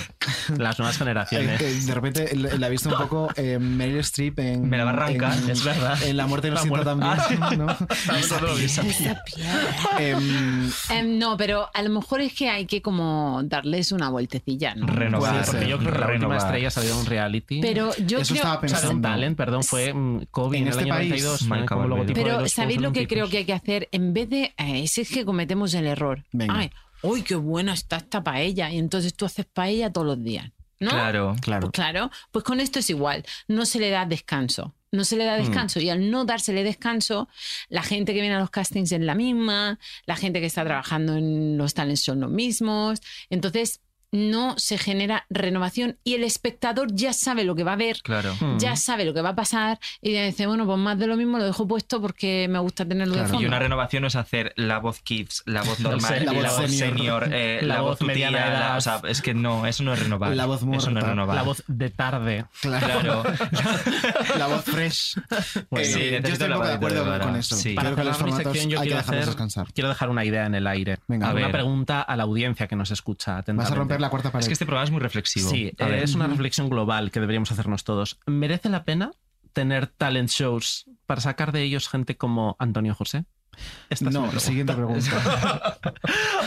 S1: mía.
S7: Las nuevas generaciones.
S4: Eh, eh, de repente la la he visto un poco eh, Meryl Streep en.
S1: Me la va a arrancar,
S4: en-
S1: es verdad.
S4: En La Muerte nos
S1: La
S4: sienta
S1: muerte. Ah, sí.
S4: también. ¿no?
S1: Esa piel,
S6: esa
S4: Em,
S6: Em, no, pero a lo mejor es que hay que como darles una vueltecilla, ¿no?
S1: Renovar.
S7: Sí, porque yo creo que la última
S1: renovar.
S7: estrella salió de un reality.
S6: Pero yo Eso creo- estaba
S7: O sea, de un
S6: pensando.
S7: talent, perdón, fue mm, Kobe
S4: En
S7: en,
S4: este
S7: el año
S4: país,
S7: 92. fue
S1: Marca
S7: como
S1: Barbedo.
S7: logotipo de
S6: Pero
S7: los
S6: ¿sabéis
S7: Juegos
S6: lo que
S7: Olímpicos.
S6: creo que hay que hacer? En vez de... eh, si es que cometemos el error.
S4: Venga.
S6: Ay, uy, qué buena está esta paella. Y entonces tú haces paella todos los días. ¿No?
S1: Claro,
S6: Pues
S4: claro.
S6: claro, pues con esto es igual, no se le da descanso. No se le da
S1: Mm.
S6: descanso y al no dársele descanso, la gente que viene a los castings es la misma, la gente que está trabajando en los talents son los mismos, entonces no se genera renovación y el espectador ya sabe lo que va a ver,
S1: Claro.
S4: Hmm.
S6: ya sabe lo que va a pasar y ya dice, bueno, pues más de lo mismo lo dejo puesto porque me gusta tenerlo de fondo.
S1: Y una renovación no es hacer la voz kids, la voz normal,
S4: sé,
S1: la, voz senior, eh, la, voz tía,
S7: mediana edad.
S1: la- o sea, es que no, eso no es renovar.
S4: La voz
S1: Eso no es
S4: muerta.
S1: renovar.
S7: La voz de tarde.
S1: Claro.
S4: La voz fresh. Eh,
S7: Bueno, sí,
S4: yo
S1: necesito
S4: estoy
S1: la
S4: un poco de
S1: varita de
S4: acuerdo con,
S1: vara.
S4: con eso.
S1: Sí.
S4: Creo
S7: Para
S4: que los
S7: cerrar mi
S4: formatos
S7: sección, yo
S4: hay que
S7: quiero
S4: dejarlos
S7: hacer,
S4: descansar.
S7: quiero dejar una idea en el aire.
S4: Venga. A
S7: una
S1: ver.
S7: pregunta a la audiencia que nos escucha atentamente.
S4: Vas a romper la cuarta pared.
S1: Es que este programa es muy reflexivo.
S7: Sí,
S1: A
S7: eh,
S1: ver.
S7: es una reflexión global que deberíamos hacernos todos. ¿Merece la pena tener talent shows para sacar de ellos gente como Antonio José? Esta es mi
S4: No,
S7: pregunta.
S4: siguiente pregunta.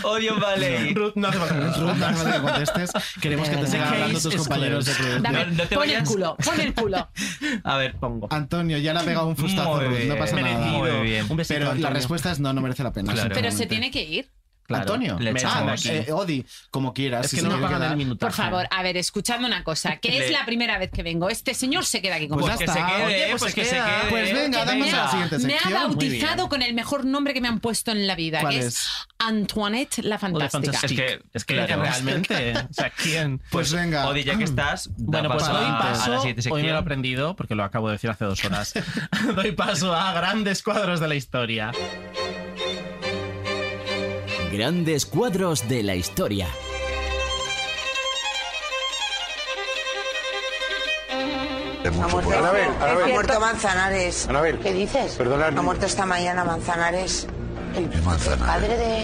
S1: Odio Valley.
S7: Ruth, no hace falta que
S4: Ruth, no hace falta que contestes. Queremos que te
S7: The
S4: sigan
S7: case
S4: hablando tus
S7: is
S4: compañeros de
S7: closed.
S4: producción.
S6: Dame,
S1: no te
S6: pon el
S1: vayas.
S6: culo, pon el culo.
S1: A ver,
S7: pongo.
S4: Antonio, ya le ha pegado un fustazo,
S1: Muy
S4: Ruth, no
S1: bien,
S4: pasa nada.
S1: merecido. Muy bien.
S7: Un besito,
S4: Pero la
S7: Antonio.
S4: respuesta es no, no merece la pena.
S1: Claro.
S6: Pero se
S4: sinceramente.
S6: tiene que ir.
S7: Claro.
S4: Antonio,
S1: Le
S4: ah,
S1: echamos
S4: eh,
S1: aquí.
S4: Odi, como quieras.
S7: Es
S4: si
S7: que
S4: se
S7: no nos
S4: quiere
S7: pagan
S4: quedar.
S7: el minutaje.
S6: Por favor, a ver, escuchadme una cosa, que es
S1: Le-
S6: la primera vez que vengo. Este señor se queda aquí con
S4: Pues
S1: Pues
S4: ya
S1: que
S4: está.
S1: se quede,
S4: Oye,
S1: pues
S4: pues
S1: que
S4: se
S1: se
S4: queda.
S1: quede.
S4: Pues venga, dame- Vamos a la siguiente
S6: Me ha
S4: sección. Muy
S6: bautizado
S4: bien.
S6: con el mejor nombre que me han puesto en la vida,
S4: ¿Cuál
S6: que es?
S4: es?
S6: Antoinette la Fantástica.
S1: Es que, es que
S7: Claro.
S1: claro.
S7: Realmente. O sea, ¿quién?
S4: Pues venga.
S1: Oye, ya que estás, da
S7: Bueno, pues
S1: paso
S7: doy
S1: a-
S7: paso.
S1: a la siguiente
S7: hoy me lo he
S1: sección.
S7: aprendido porque lo acabo de decir hace dos horas. doy paso a grandes cuadros de la historia.
S3: Grandes cuadros de la historia.
S17: Ha muerto,
S18: Anabel, Anabel. Ha muerto Manzanares.
S17: Anabel,
S18: ¿Qué dices?
S17: perdonadme.
S18: Ha muerto esta mañana Manzanares. El
S17: Manzanares?
S18: padre de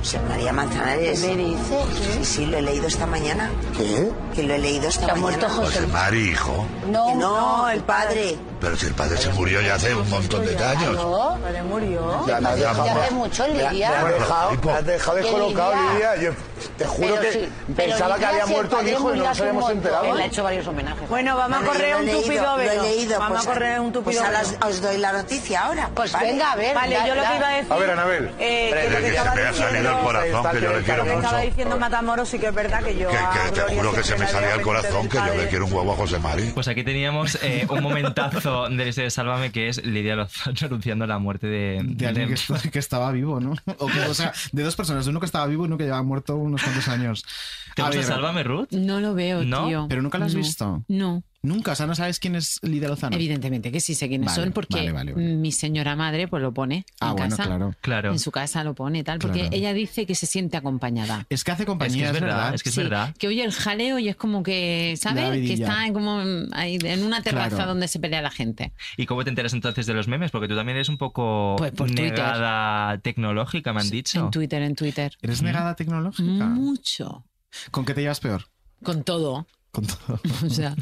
S18: José María Manzanares.
S19: ¿Qué me dices?
S18: Sí, sí, lo he leído esta mañana.
S17: ¿Qué?
S18: Que lo he leído esta
S19: Que ha
S18: mañana. Pues
S19: muerto José.
S17: Mari, hijo.
S18: No, no, el padre.
S17: Pero si el padre se murió ya hace un montón de años.
S19: ¿No?
S18: Padre murió.
S17: Ya, ya, ya,
S19: Ya
S17: mamá.
S19: hace mucho,
S17: Me ha-
S19: Lidia.
S17: me ha dejado- Tipo, me has dejado
S19: ¿Qué
S17: descolocado,
S19: Lidia?
S17: Lidia. Yo te juro
S19: Pero
S17: que
S19: sí, pero
S17: pensaba que
S19: Lidia,
S17: había
S19: si el
S17: muerto el
S19: padre
S17: hijo y no
S19: murió
S17: nos
S19: hace un
S17: habíamos
S19: montón.
S17: enterado.
S19: Él ha hecho varios homenajes.
S18: Bueno, vamos Bueno, a correr yo un lo he tupido leído, velo. Lo he leído. Vamos pues, a correr un tupido pues a velo. las- os doy la noticia ahora.
S19: Pues
S18: ¿vale?
S19: venga, a ver.
S18: Vale,
S19: da-
S18: yo lo
S19: da.
S18: que iba a decir...
S17: A ver, Anabel.
S18: Eh, que
S17: Desde
S18: lo que
S17: que se
S18: estaba
S17: me ha salido el
S18: diciendo-
S17: corazón, que yo le quiero
S18: Lo que estaba
S17: mucho.
S18: diciendo Matamoros sí que es verdad que yo...
S17: Que,
S18: a
S17: que te
S18: Gloria
S17: juro que se
S18: siempre
S17: me
S18: la
S17: salía el
S18: veo
S17: corazón,
S18: pendiente
S17: que
S18: del
S17: yo le
S18: padre.
S17: quiero un huevo a José Mari.
S1: Pues aquí teníamos eh, un momentazo de este Sálvame que es Lidia Lozano anunciando la muerte de,
S4: De alguien que, est- que estaba vivo, ¿no? O, que- o sea, de dos personas, uno que estaba vivo y uno que llevaba muerto unos cuantos años.
S1: ¿Te
S4: A
S1: gusta
S4: ver,
S1: Sálvame, Ruth?
S6: No lo veo,
S1: ¿No?
S6: tío.
S4: Pero nunca lo has
S6: No.
S4: visto.
S6: No.
S4: Nunca, o sea, no sabes quién es Lidia Lozano.
S6: Evidentemente que sí sé quiénes
S4: Vale,
S6: son porque
S4: vale, vale, vale.
S6: mi señora madre pues lo pone
S4: Ah,
S6: en
S4: bueno,
S6: casa.
S4: claro.
S1: Claro.
S6: En su casa lo pone tal, porque
S4: Claro.
S6: ella dice que se siente acompañada.
S4: Es que hace
S1: Es que
S4: compañía,
S1: es
S4: es
S1: verdad,
S4: verdad.
S1: es que es
S6: Sí,
S1: verdad.
S6: que oye el jaleo y es como que,
S4: Da
S6: ¿sabes? Que
S4: vidilla.
S6: está como ahí en una terraza
S1: Claro.
S6: donde se pelea la gente.
S1: ¿Y cómo te enteras entonces de los memes? Porque tú también eres un poco
S6: Pues por Twitter.
S1: negada tecnológica, me han dicho.
S6: En Twitter, en Twitter.
S4: ¿Eres negada tecnológica?
S6: Mm. Mucho.
S4: ¿Con qué te llevas peor?
S6: Con todo.
S4: Con todo.
S6: O sea,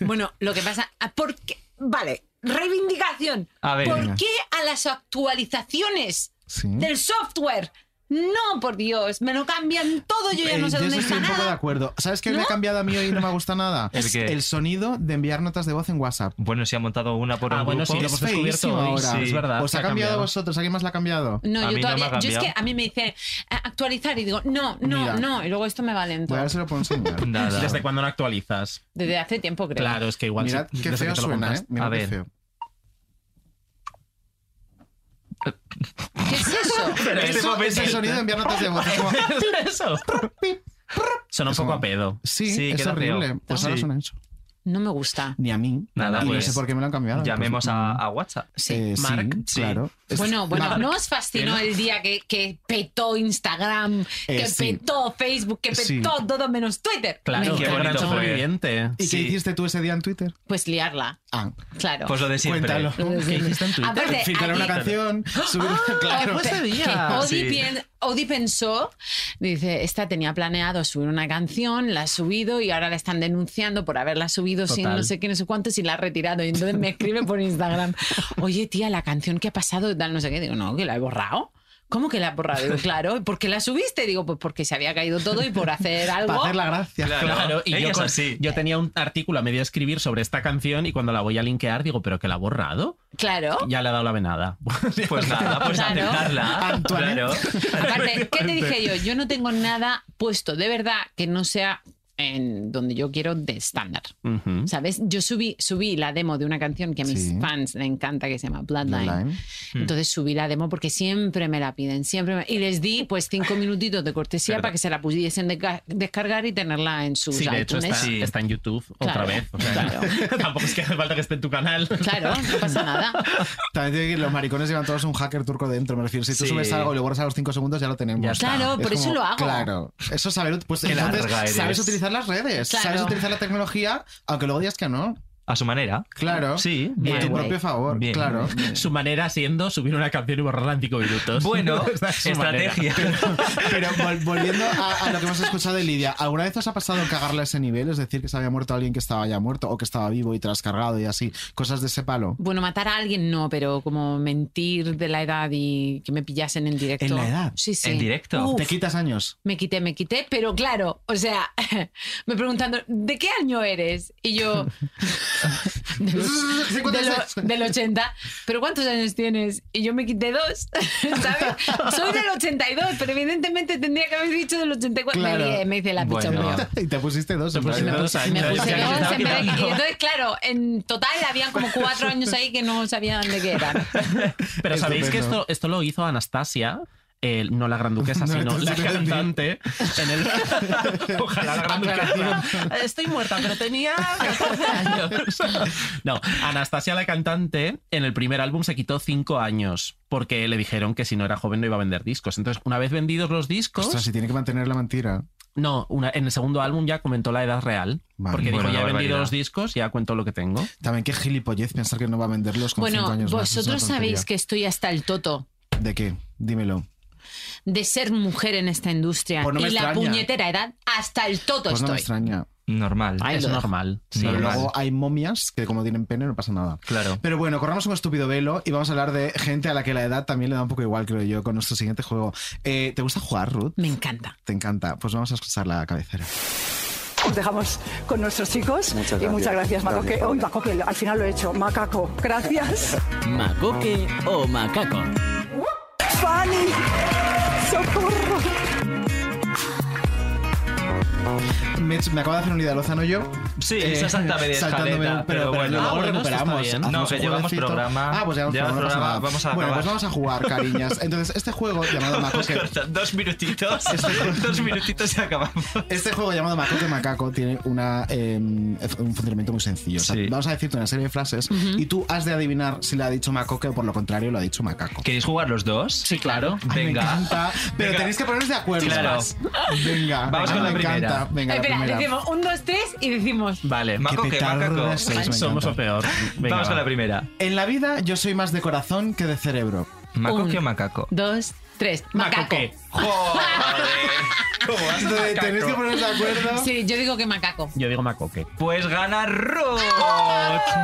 S6: bueno, lo que pasa, ah, ¿por qué? Vale, reivindicación.
S1: A ver.
S6: ¿Por
S1: Venga.
S6: qué a las actualizaciones
S4: Sí.
S6: del software? No, por Dios, me lo cambian todo, yo ya
S4: Eh,
S6: no sé
S4: yo
S6: dónde
S4: sí estoy
S6: está
S4: un poco de
S6: nada.
S4: acuerdo. ¿Sabes qué me ha
S6: ¿No?
S4: cambiado a mí hoy y no me ha gustado nada?
S1: ¿El qué?
S4: El sonido de enviar notas de voz en WhatsApp.
S1: Bueno, se ha montado una por
S7: Ah,
S1: un
S7: bueno,
S1: grupo.
S7: sí, lo
S4: Es
S7: hemos descubierto
S4: feísimo
S7: hoy,
S4: ahora.
S7: sí, es verdad.
S4: ¿Os
S7: se
S4: ha cambiado a
S7: cambiado.
S4: vosotros? ¿Alguien más la ha cambiado?
S6: No,
S1: A
S6: yo
S1: mí no me ha
S6: todavía. yo es que
S1: cambiado.
S6: a mí me dice "A- actualizar y digo, no, no,
S4: Mira.
S6: no. Y luego esto me va lento.
S4: Voy a ver si lo puedo enseñar.
S1: Nada.
S7: ¿Desde cuándo no actualizas?
S6: Desde hace tiempo, creo.
S7: Claro, es que igual.
S4: Mirad
S7: sí,
S4: qué
S7: desde
S4: feo
S7: que te lo
S4: suena,
S7: compras.
S4: ¿eh? Mirad
S1: A
S4: qué
S1: ver.
S4: feo.
S6: ¿Qué es eso?
S1: Pero este
S4: Eso-
S1: momento-
S4: ese sonido de enviar notas de voz. es como-
S7: eso? Suena un
S4: Es
S7: poco
S4: como-
S7: a pedo.
S4: Sí,
S1: Sí,
S4: es
S1: queda feo.
S4: horrible. Pues ahora
S1: Sí.
S4: suena eso.
S6: No me gusta.
S4: Ni a mí.
S1: Nada,
S4: y no
S1: pues,
S4: sé por qué me lo han cambiado.
S1: Llamemos a, a WhatsApp.
S4: Sí, sí,
S7: Mark,
S1: pues, mm. sí.
S4: claro. Es-
S6: Bueno, bueno,
S4: Nada.
S6: ¿no os fascinó
S4: Era-
S6: el día que, que petó Instagram,
S4: Eh,
S6: que
S4: sí.
S6: petó Facebook, que petó
S4: Sí.
S6: todo menos Twitter?
S4: Me
S1: qué
S4: encanta.
S1: gran sobreviviente.
S4: ¿Y qué
S1: Sí.
S4: hiciste tú ese día en Twitter?
S6: Pues liarla,
S4: Ah.
S6: claro.
S1: Pues lo de siempre.
S4: Cuéntalo.
S1: ¿Qué hiciste en Twitter?
S6: Aparte,
S4: Filtrar una
S6: aquí-
S4: canción, subir... claro.
S6: Que Odi,
S4: Sí.
S6: pien- Odi pensó, dice, esta tenía planeado subir una canción, la ha subido y ahora la están denunciando por haberla subido sin
S20: Total.
S6: no sé qué, no sé cuántos y la ha retirado. Y entonces me escribe por Instagram, oye tía, la canción que ha pasado, tal, no sé qué. Digo, no, que la he borrado. ¿Cómo que la he borrado? Digo, claro, ¿y ¿por qué la subiste? Digo, pues porque se había caído todo y por hacer algo.
S4: gracia.
S1: Claro,
S3: Claro,
S1: y
S3: ella
S1: yo,
S3: es
S1: con-
S3: así.
S1: yo tenía un artículo a medio escribir sobre esta canción y cuando la voy a linkear digo, pero que la ha borrado.
S6: Claro.
S1: Ya le ha dado la venada.
S3: Pues nada, pues
S6: Claro.
S3: aceptarla. Claro.
S6: Aparte, ¿qué te dije yo? Yo no tengo nada puesto de verdad que no sea en donde yo quiero de estándar.
S1: Ujú.
S6: ¿Sabes? Yo subí, subí la demo de una canción que a mis
S1: Sí.
S6: fans le encanta, que se llama Bloodline.
S1: Bloodline.
S9: Hmm.
S1: Mm.
S6: Entonces subí la demo porque siempre me la piden, siempre me- Y les di pues cinco minutitos de cortesía para que se la pudiesen desca- descargar y tenerla en sus
S1: Sí, de hecho está,
S6: iTunes.
S1: está en YouTube otra
S6: Claro,
S1: vez. o sea, tampoco es que hace falta que esté en tu canal.
S6: Claro, no pasa nada.
S4: También tiene que los maricones llevan todos un hacker turco dentro. Me refiero, si tú
S1: Sí.
S4: subes algo y lo borras a los 5 segundos, ya lo tenemos.
S1: Ya está.
S6: Claro, por eso lo hago.
S4: Claro, eso saber. Pues
S3: Qué
S4: entonces,
S3: larga eres.
S4: sabes utilizar las redes,
S6: Claro.
S4: sabes utilizar la tecnología, aunque luego digas que no.
S3: A su manera.
S4: Claro.
S3: Sí.
S4: Y a
S3: bien.
S4: tu propio favor,
S3: Bien.
S4: claro.
S1: Su manera siendo subir una canción y borrarla en 5 minutos.
S3: Bueno,
S1: Esa es su
S3: estrategia.
S1: manera.
S4: Pero vol- volviendo a, a lo que hemos escuchado de Lidia, ¿alguna vez os ha pasado cagarla a ese nivel? Es decir, que se había muerto alguien que estaba ya muerto o que estaba vivo y trascargado y así, cosas de ese palo.
S6: Bueno, matar a alguien no, pero como mentir de la edad y que me pillasen en directo.
S4: En la edad.
S6: Sí, sí. Uf,
S4: Te quitas años.
S6: me quité, me quité, pero claro, o sea, me preguntando, ¿de qué año eres? Y yo, de los- de lo- del 80, ¿pero cuántos años tienes? Y yo me quité dos, ¿sabes? Soy del 82, pero evidentemente tendría que haber dicho del 84. Me
S4: Claro.
S6: lié, Me, dice la pichón mío.
S4: y te pusiste dos. en
S1: pusiste
S4: realidad.
S1: dos años.
S6: Me
S1: Claro, es
S6: puse
S1: que alguien
S6: dos
S1: estaba
S6: en vez de-
S1: quitando.
S6: y entonces, claro, en total habían como cuatro años ahí que no sabían de qué eran.
S1: Pero sabéis que
S4: Estupendo.
S1: esto, esto lo hizo Anastasia. eh, no la granduquesa,
S4: No,
S1: sino la
S4: entonces te entendí.
S1: cantante. En el... Ojalá la granduquesa. Estoy muerta, pero tenía 14 años. No, Anastasia, la cantante, en el primer álbum se quitó 5 años porque le dijeron que si no era joven no iba a vender discos. Entonces, una vez vendidos los discos.
S4: Ostras, si tiene que mantener la mentira.
S1: No, una- en el segundo álbum ya comentó la edad real.
S4: Vale.
S1: Porque
S4: Bueno,
S1: dijo, ya he vendido
S4: barbaridad.
S1: los discos, ya cuento lo que tengo.
S4: También qué gilipollez pensar que no va a venderlos con cinco
S6: Bueno,
S4: años más, es una
S6: vosotros sabéis
S4: tontería.
S6: que estoy hasta el toto.
S4: ¿De qué? Dímelo.
S6: de ser mujer en esta industria
S4: Pues no
S6: y
S4: me
S6: la
S4: extraña.
S6: puñetera edad hasta el toto
S4: Pues no me
S6: estoy.
S4: extraña.
S3: Normal.
S6: Ahí
S1: es
S6: lo dejo.
S1: normal.
S4: Sí,
S1: normal.
S4: luego hay momias que como tienen pene no pasa nada.
S3: Claro.
S4: Pero bueno, corramos un estúpido velo y vamos a hablar de gente a la que la edad también le da un poco igual, creo yo, con nuestro siguiente juego. Eh, ¿Te gusta jugar, Ruth?
S6: Me encanta.
S4: Te encanta. Pues vamos a escuchar la cabecera.
S2: Os dejamos con nuestros chicos.
S4: Muchas
S2: y
S4: gracias.
S2: muchas gracias, Macoque.
S4: Gracias,
S2: Uy, Macoque, al final lo he hecho. Macaco, gracias.
S21: Macoque o macaco.
S2: Fanny, socorro.
S4: Me, he hecho- me acabo de hacer un idea lozano yo. Eh,
S3: Sí, esa salta media
S4: saltándome
S3: escaleta, pero
S4: un- pero, pero
S3: bueno.
S4: luego
S3: Ah, bueno, eso está
S4: recuperamos.
S3: bien.
S4: hacemos
S3: No,
S4: un
S3: que llevamos
S4: jueguecito.
S3: programa,
S4: Ah, pues llevamos,
S3: llevamos
S4: programa, no pasa
S3: programa,
S4: nada.
S3: vamos a
S4: Bueno,
S3: acabar.
S4: pues vamos a jugar, cariñas. Entonces, este juego llamado
S1: Ah, pues
S4: Macoque
S3: Dos minutitos. Dos minutitos y acabamos.
S4: Este juego llamado Macaco y Macaco tiene una, eh, un funcionamiento muy sencillo. O sea, Vamos a decirte una serie de frases y tú has de adivinar si le ha dicho Macoque o por lo contrario lo ha dicho Macaco.
S3: ¿Queréis jugar los dos? Sí, claro.
S4: Ay, me
S3: Venga.
S4: encanta. Pero
S3: Venga.
S4: tenéis que poneros de acuerdo.
S3: Claro.
S4: Venga,
S3: Vamos
S4: venga,
S3: con la
S4: me
S3: primera.
S4: encanta. Venga, la
S6: Espera,
S4: primera.
S6: decimos un, dos, tres y decimos.
S1: Vale,
S3: Maco
S4: Qué
S3: que macaco.
S4: petarda sois, me
S1: Somos
S4: encanta.
S1: o peor. Venga,
S3: Vamos con
S1: va.
S3: la primera.
S4: En la vida yo soy más de corazón que de cerebro.
S3: ¿Macoque o macaco?
S6: Dos, tres. Macaco.
S3: ¿Cómo vas a macaco?
S6: Sí, yo digo que macaco.
S1: Yo digo macoque.
S3: Pues gana Ruth.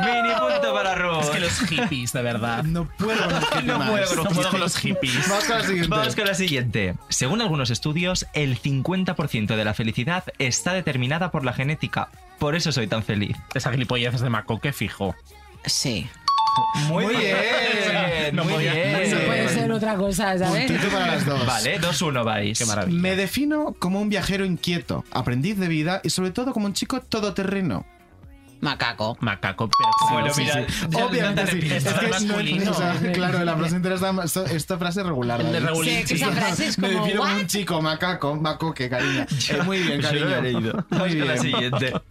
S3: Mini punto para Ruth.
S1: Es que los hippies, de verdad.
S4: No puedo con los hippies
S3: No
S4: más.
S3: puedo con los
S1: puedo con los hippies.
S4: Vamos con la siguiente.
S3: Vamos con la siguiente. Según algunos estudios, el 50% de la felicidad está determinada por la genética. Por eso soy tan feliz.
S1: Esa gilipollez es de macoque fijo.
S6: Sí.
S3: Muy,
S4: Muy
S3: bien.
S4: bien.
S3: muy
S4: podía-
S3: bien.
S4: no
S6: Puede ser otra cosa, ¿sabes?
S4: Puntito para las dos.
S3: Vale, 2-1 vais. Qué maravilla.
S4: Me defino como un viajero inquieto, aprendiz de vida y sobre todo como un chico todoterreno.
S6: Macaco.
S1: Macaco, pero
S3: Bueno,
S4: Sí,
S3: mira,
S4: sí.
S3: ya no
S4: obviamente
S3: te
S4: sí.
S3: repito,
S4: Es que
S3: es
S4: no-
S3: masculino.
S4: o sea, claro, la frase entera está esto- esta frase es regular.
S1: El de
S4: David.
S1: regulín, Sí, que esa sí.
S6: frase es
S4: Me
S6: como,
S4: defino como
S6: ¿what?
S4: un chico macaco, macoque, cariño. Eh, muy bien,
S3: Yo
S4: cariño.
S3: lo he leído.
S4: Muy
S3: Vamos con la
S4: bien.
S3: siguiente.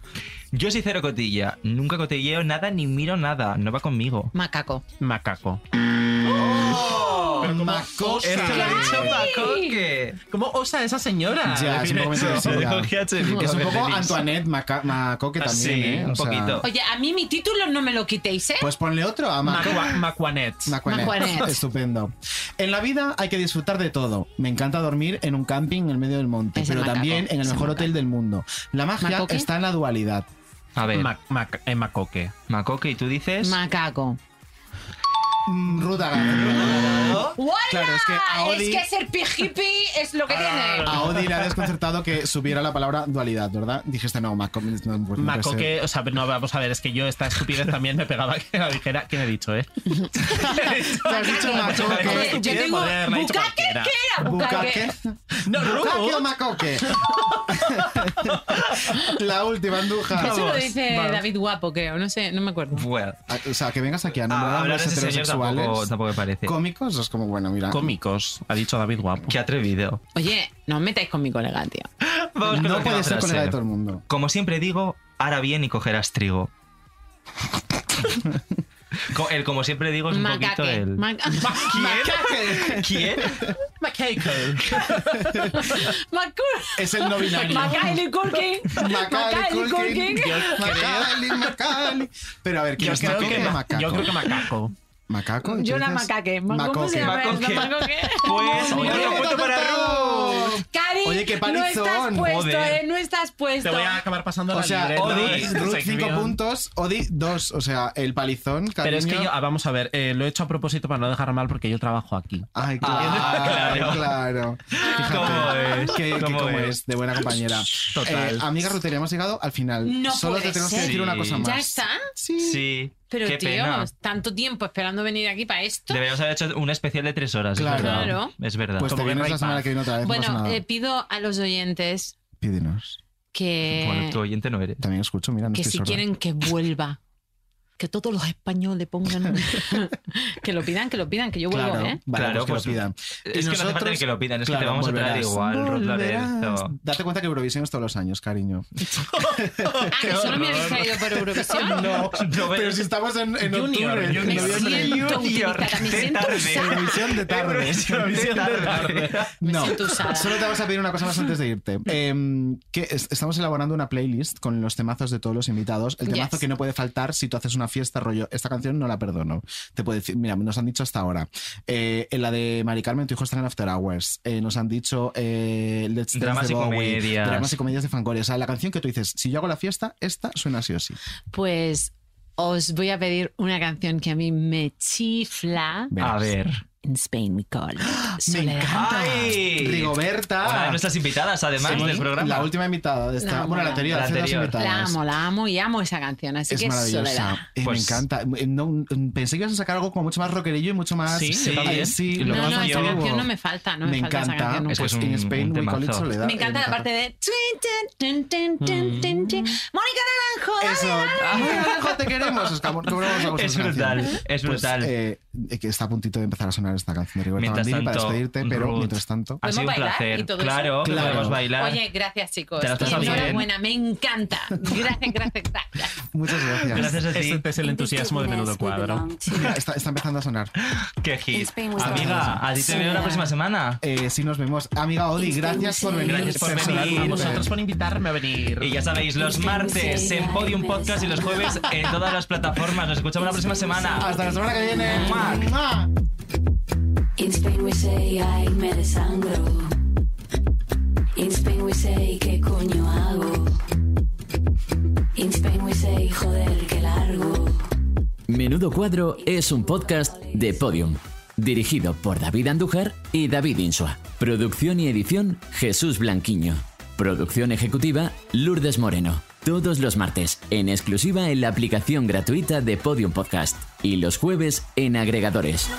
S3: Yo soy cero cotilla. Nunca cotilleo nada ni miro nada. No va conmigo.
S6: Macaco.
S1: Macaco.
S7: pero ¿cómo
S4: Macoque.
S7: Esto lo ha dicho Macoque. ¿Cómo osa esa señora?
S4: Ya, es un poco
S7: Sí,
S4: mentira,
S7: dijo
S4: ya.
S7: Hitchens, que
S4: Es un
S7: es
S4: poco
S7: feliz.
S4: Antoinette Maca- Macoque
S7: Ah,
S4: también,
S7: sí,
S4: ¿eh?
S7: un
S4: O sea,
S7: poquito.
S9: Oye, a mí mi título no me lo quitéis, ¿eh?
S4: Pues ponle otro a Maco-
S7: Macua- Macuanet.
S4: Macuanet.
S9: Macuanet.
S4: Estupendo. En la vida hay que disfrutar de todo. Me encanta dormir en un camping en el medio del monte,
S7: Ese
S4: pero
S7: macaco,
S4: también en el
S7: ese
S4: mejor hotel del mundo. La magia
S7: ¿Macoque?
S4: está en la dualidad.
S1: A ver.
S7: Mac- Mac- eh, Macoque.
S1: Macoque, y tú dices.
S6: Macaco.
S4: Ruta Mm, Claro, es que a Odi,
S9: Es que ser pijipi es lo
S4: Ah.
S9: que tiene.
S4: a Odi le ha desconcertado que subiera la palabra dualidad, ¿verdad? Dijiste no, Maco. No, pues no puede
S7: Macoque, o sea, no, vamos a ver, es que yo esta estupidez también me pegaba que la dijera. ¿Quién he dicho, eh?
S4: Te has dicho Macoque.
S7: Yo
S4: Yo digo, ¿bucaque
S7: ¿qué
S4: era? ¿Bucaque?
S7: No,
S4: ser. ¿Bucaque o
S7: Rubo.
S4: Macoque? la última, Andújar.
S6: Eso lo dice David Guapo, creo. No sé, no me acuerdo.
S4: Ah, O sea, que vengas aquí a
S1: Ah,
S4: nombrar
S1: hablar
S4: hombres
S1: de ese señor tampoco-
S4: heterosexuales.
S1: tampoco me parece.
S4: Cómicos, es como, bueno, mira.
S7: Cómicos, ha dicho David Guapo.
S1: Qué atrevido.
S6: Oye, no os metáis con mi colega, tío.
S1: Vamos con la
S4: no
S1: última
S4: puede ser
S1: frase.
S4: colega de todo el mundo.
S1: Como siempre digo, hará bien y cogerás trigo. Co- el como siempre digo es un poquito
S6: Macaque.
S1: el.
S6: Maca-
S1: ¿Quién? ¿Quién?
S6: Macur.
S4: Es el no binario.
S9: Macaulay Culkin.
S4: Macaulay Culkin.
S7: Yo
S4: Macaulay, Macaulay. Pero a ver, ¿quién
S7: Yo
S4: es
S7: creo
S4: Macoque
S7: que
S4: o
S7: ma-
S4: Macaco?
S7: yo creo que Macaco.
S4: ¿Macaco? ¿Y tú
S9: Yo una
S4: dices?
S9: macaque. ¿Cómo
S4: Macoque.
S9: se llama? esto? Macoque.
S1: Pues, otro punto para Ru.
S9: Cari,
S4: Oye, qué
S9: no estás
S4: palizón.
S9: puesto,
S4: Joder.
S9: eh, no estás puesto.
S7: acabar pasando
S4: O sea, Odi, Ruth 5
S7: puntos.
S4: puntos, Odi 2. O sea, el palizón,
S7: Pero
S4: cariño.
S7: es que yo, ah, vamos a ver, eh, lo he hecho a propósito para no dejar mal porque yo trabajo aquí.
S4: Ay, claro.
S7: Ah, claro.
S4: claro. Fíjate
S7: ¿Cómo es?
S4: Que, que
S7: ¿Cómo
S4: cómo
S7: es?
S4: es? de buena compañera.
S7: Total.
S4: Eh, amiga Rutería, hemos llegado al final.
S6: No
S4: Solo
S6: puede
S4: te tenemos
S6: ser.
S4: que decir una cosa más.
S6: ¿Ya está?
S4: Sí.
S1: Sí.
S6: Pero,
S1: Qué
S6: tío,
S1: pena.
S6: tanto tiempo esperando venir aquí para esto.
S1: Deberíamos haber hecho un especial de tres horas.
S4: Claro.
S1: Es verdad.
S6: Claro.
S1: Es verdad.
S4: Pues te
S1: Como
S4: vienes
S1: Ray
S4: la semana
S1: Paz.
S4: que viene otra vez. no pasa
S6: Bueno,
S4: nada.
S6: eh, pido a los oyentes
S4: Pídenos.
S6: que, Eh.
S1: Bueno, tu oyente no eres.
S4: También escucho, mira, no
S6: que
S4: estoy
S6: si
S4: sorda.
S6: quieren que vuelva. Que todos los españoles pongan. un- que lo pidan, que lo pidan, que yo vuelvo,
S4: Claro,
S6: ¿eh?
S4: vale,
S1: Claro, pues,
S4: pues que lo pidan.
S1: es que no hace falta ni que lo pidan, es que te vamos a traer
S4: volverás,
S1: igual, Ruth
S4: volverás.
S1: Lorenzo.
S4: Date cuenta que Eurovisión es todos los años, cariño.
S6: Ah, que solo me habéis traído por Eurovisión.
S4: No, pero si estamos en, en
S7: Junior,
S4: octubre, en
S7: Junior.
S4: noviembre.
S6: Siento utilizada, me
S1: de tarde.
S6: siento usada.
S4: Eurovisión de tarde.
S1: Eurovisión de tarde.
S4: No,
S6: siento usada.
S4: solo te vamos a pedir una cosa más antes de irte. Em, que es- estamos elaborando una playlist con los temazos de todos los invitados. El temazo
S6: Yes.
S4: que no puede faltar si tú haces una fiesta, rollo, esta canción no la perdono. Te puede decir, mira, nos han dicho hasta ahora. Eh, en la de Mari Carmen, tu hijo está en After Hours. Eh, nos han dicho eh, Let's Dance
S1: Dramas
S4: de
S1: y
S4: Bowie,
S1: comedias.
S4: Dramas y comedias de Fangoria. O sea, la canción que tú dices, si yo hago la fiesta, esta suena así o sí.
S6: Pues os voy a pedir una canción que a mí me chifla.
S1: A ver.
S6: In Spain we call it Soledad.
S1: ¡Ay!
S4: Rigoberta.
S7: Ah.
S1: Una de nuestras invitadas, además,
S4: Sí,
S1: del programa.
S4: La última invitada de esta.
S6: La
S4: bueno, la
S6: amo,
S4: anterior,
S1: la
S4: hace dos
S1: anterior.
S4: invitadas.
S6: La amo, la amo y amo esa canción, así
S4: Es
S6: que Soledad.
S4: maravillosa. Eh,
S1: Pues-
S4: me encanta. Eh, no, mm, pensé que ibas a sacar algo como mucho más rockerillo y mucho más.
S1: Sí, sí,
S4: Eh,
S1: también.
S4: sí,
S1: Y lo
S4: lo
S6: No,
S4: más
S6: no, esa
S4: antiguo.
S6: canción no me falta, no me,
S4: me
S6: falta esa
S4: encanta.
S6: canción nunca.
S1: Es que
S4: Pues
S1: un-
S4: en Spain
S1: un
S4: we call it
S1: temazo.
S4: Soledad.
S6: Me encanta
S4: Eh,
S6: la parte de tun, tun, tun, tun, tun, tun. Mónica Naranjo, dale,
S4: Eso.
S6: dale.
S4: Muy lejos te queremos, Oscar. ¿Cómo no vamos a gustar
S1: Es
S4: esa
S1: brutal,
S4: canción?
S1: es
S4: Pues,
S1: brutal.
S4: eh, eh, que está a puntito de empezar a sonar esta canción de Rigoberta
S1: Mientras
S4: Bandini para
S1: tanto,
S4: despedirte, pero
S1: Ruth,
S4: mientras tanto.
S1: Ha
S6: ¿Podemos
S1: sido un
S6: bailar
S1: placer.
S6: y todo eso?
S1: Claro, que
S4: Claro.
S1: podemos bailar.
S6: Oye, gracias chicos.
S1: Te la estás
S6: Y
S1: haciendo bien.
S6: enhorabuena, me encanta. Gracias, gracias, gracias.
S4: Muchas gracias.
S1: Gracias a ti.
S7: Este es el entusiasmo de menudo cuadro.
S4: Mira, está, está empezando a sonar.
S1: Qué hit.
S4: Spain was
S1: Amiga,
S4: the-
S1: a ti te veo la próxima semana.
S4: Eh, sí, nos vemos. Amiga Odi, gracias por venir.
S1: Gracias por
S4: Sexual
S1: venir.
S4: Woman.
S7: Vosotros por invitarme a venir.
S1: Y ya sabéis, los martes en Podium Podcast y los jueves en todas las plataformas. Nos escuchamos la próxima semana.
S4: Hasta la semana que viene.
S1: ¡Mua!
S4: ¡Mua!
S22: In Spain we say, ay, me desangro. In Spain we say, ¿qué coño hago? In Spain we say, joder, qué largo.
S3: Menudo Cuadro es un podcast de Podium, dirigido por David Andújar y David Insua. Producción y edición Jesús Blanquiño. Producción ejecutiva Lourdes Moreno. Todos los martes, en exclusiva en la aplicación gratuita de Podium Podcast y los jueves en agregadores.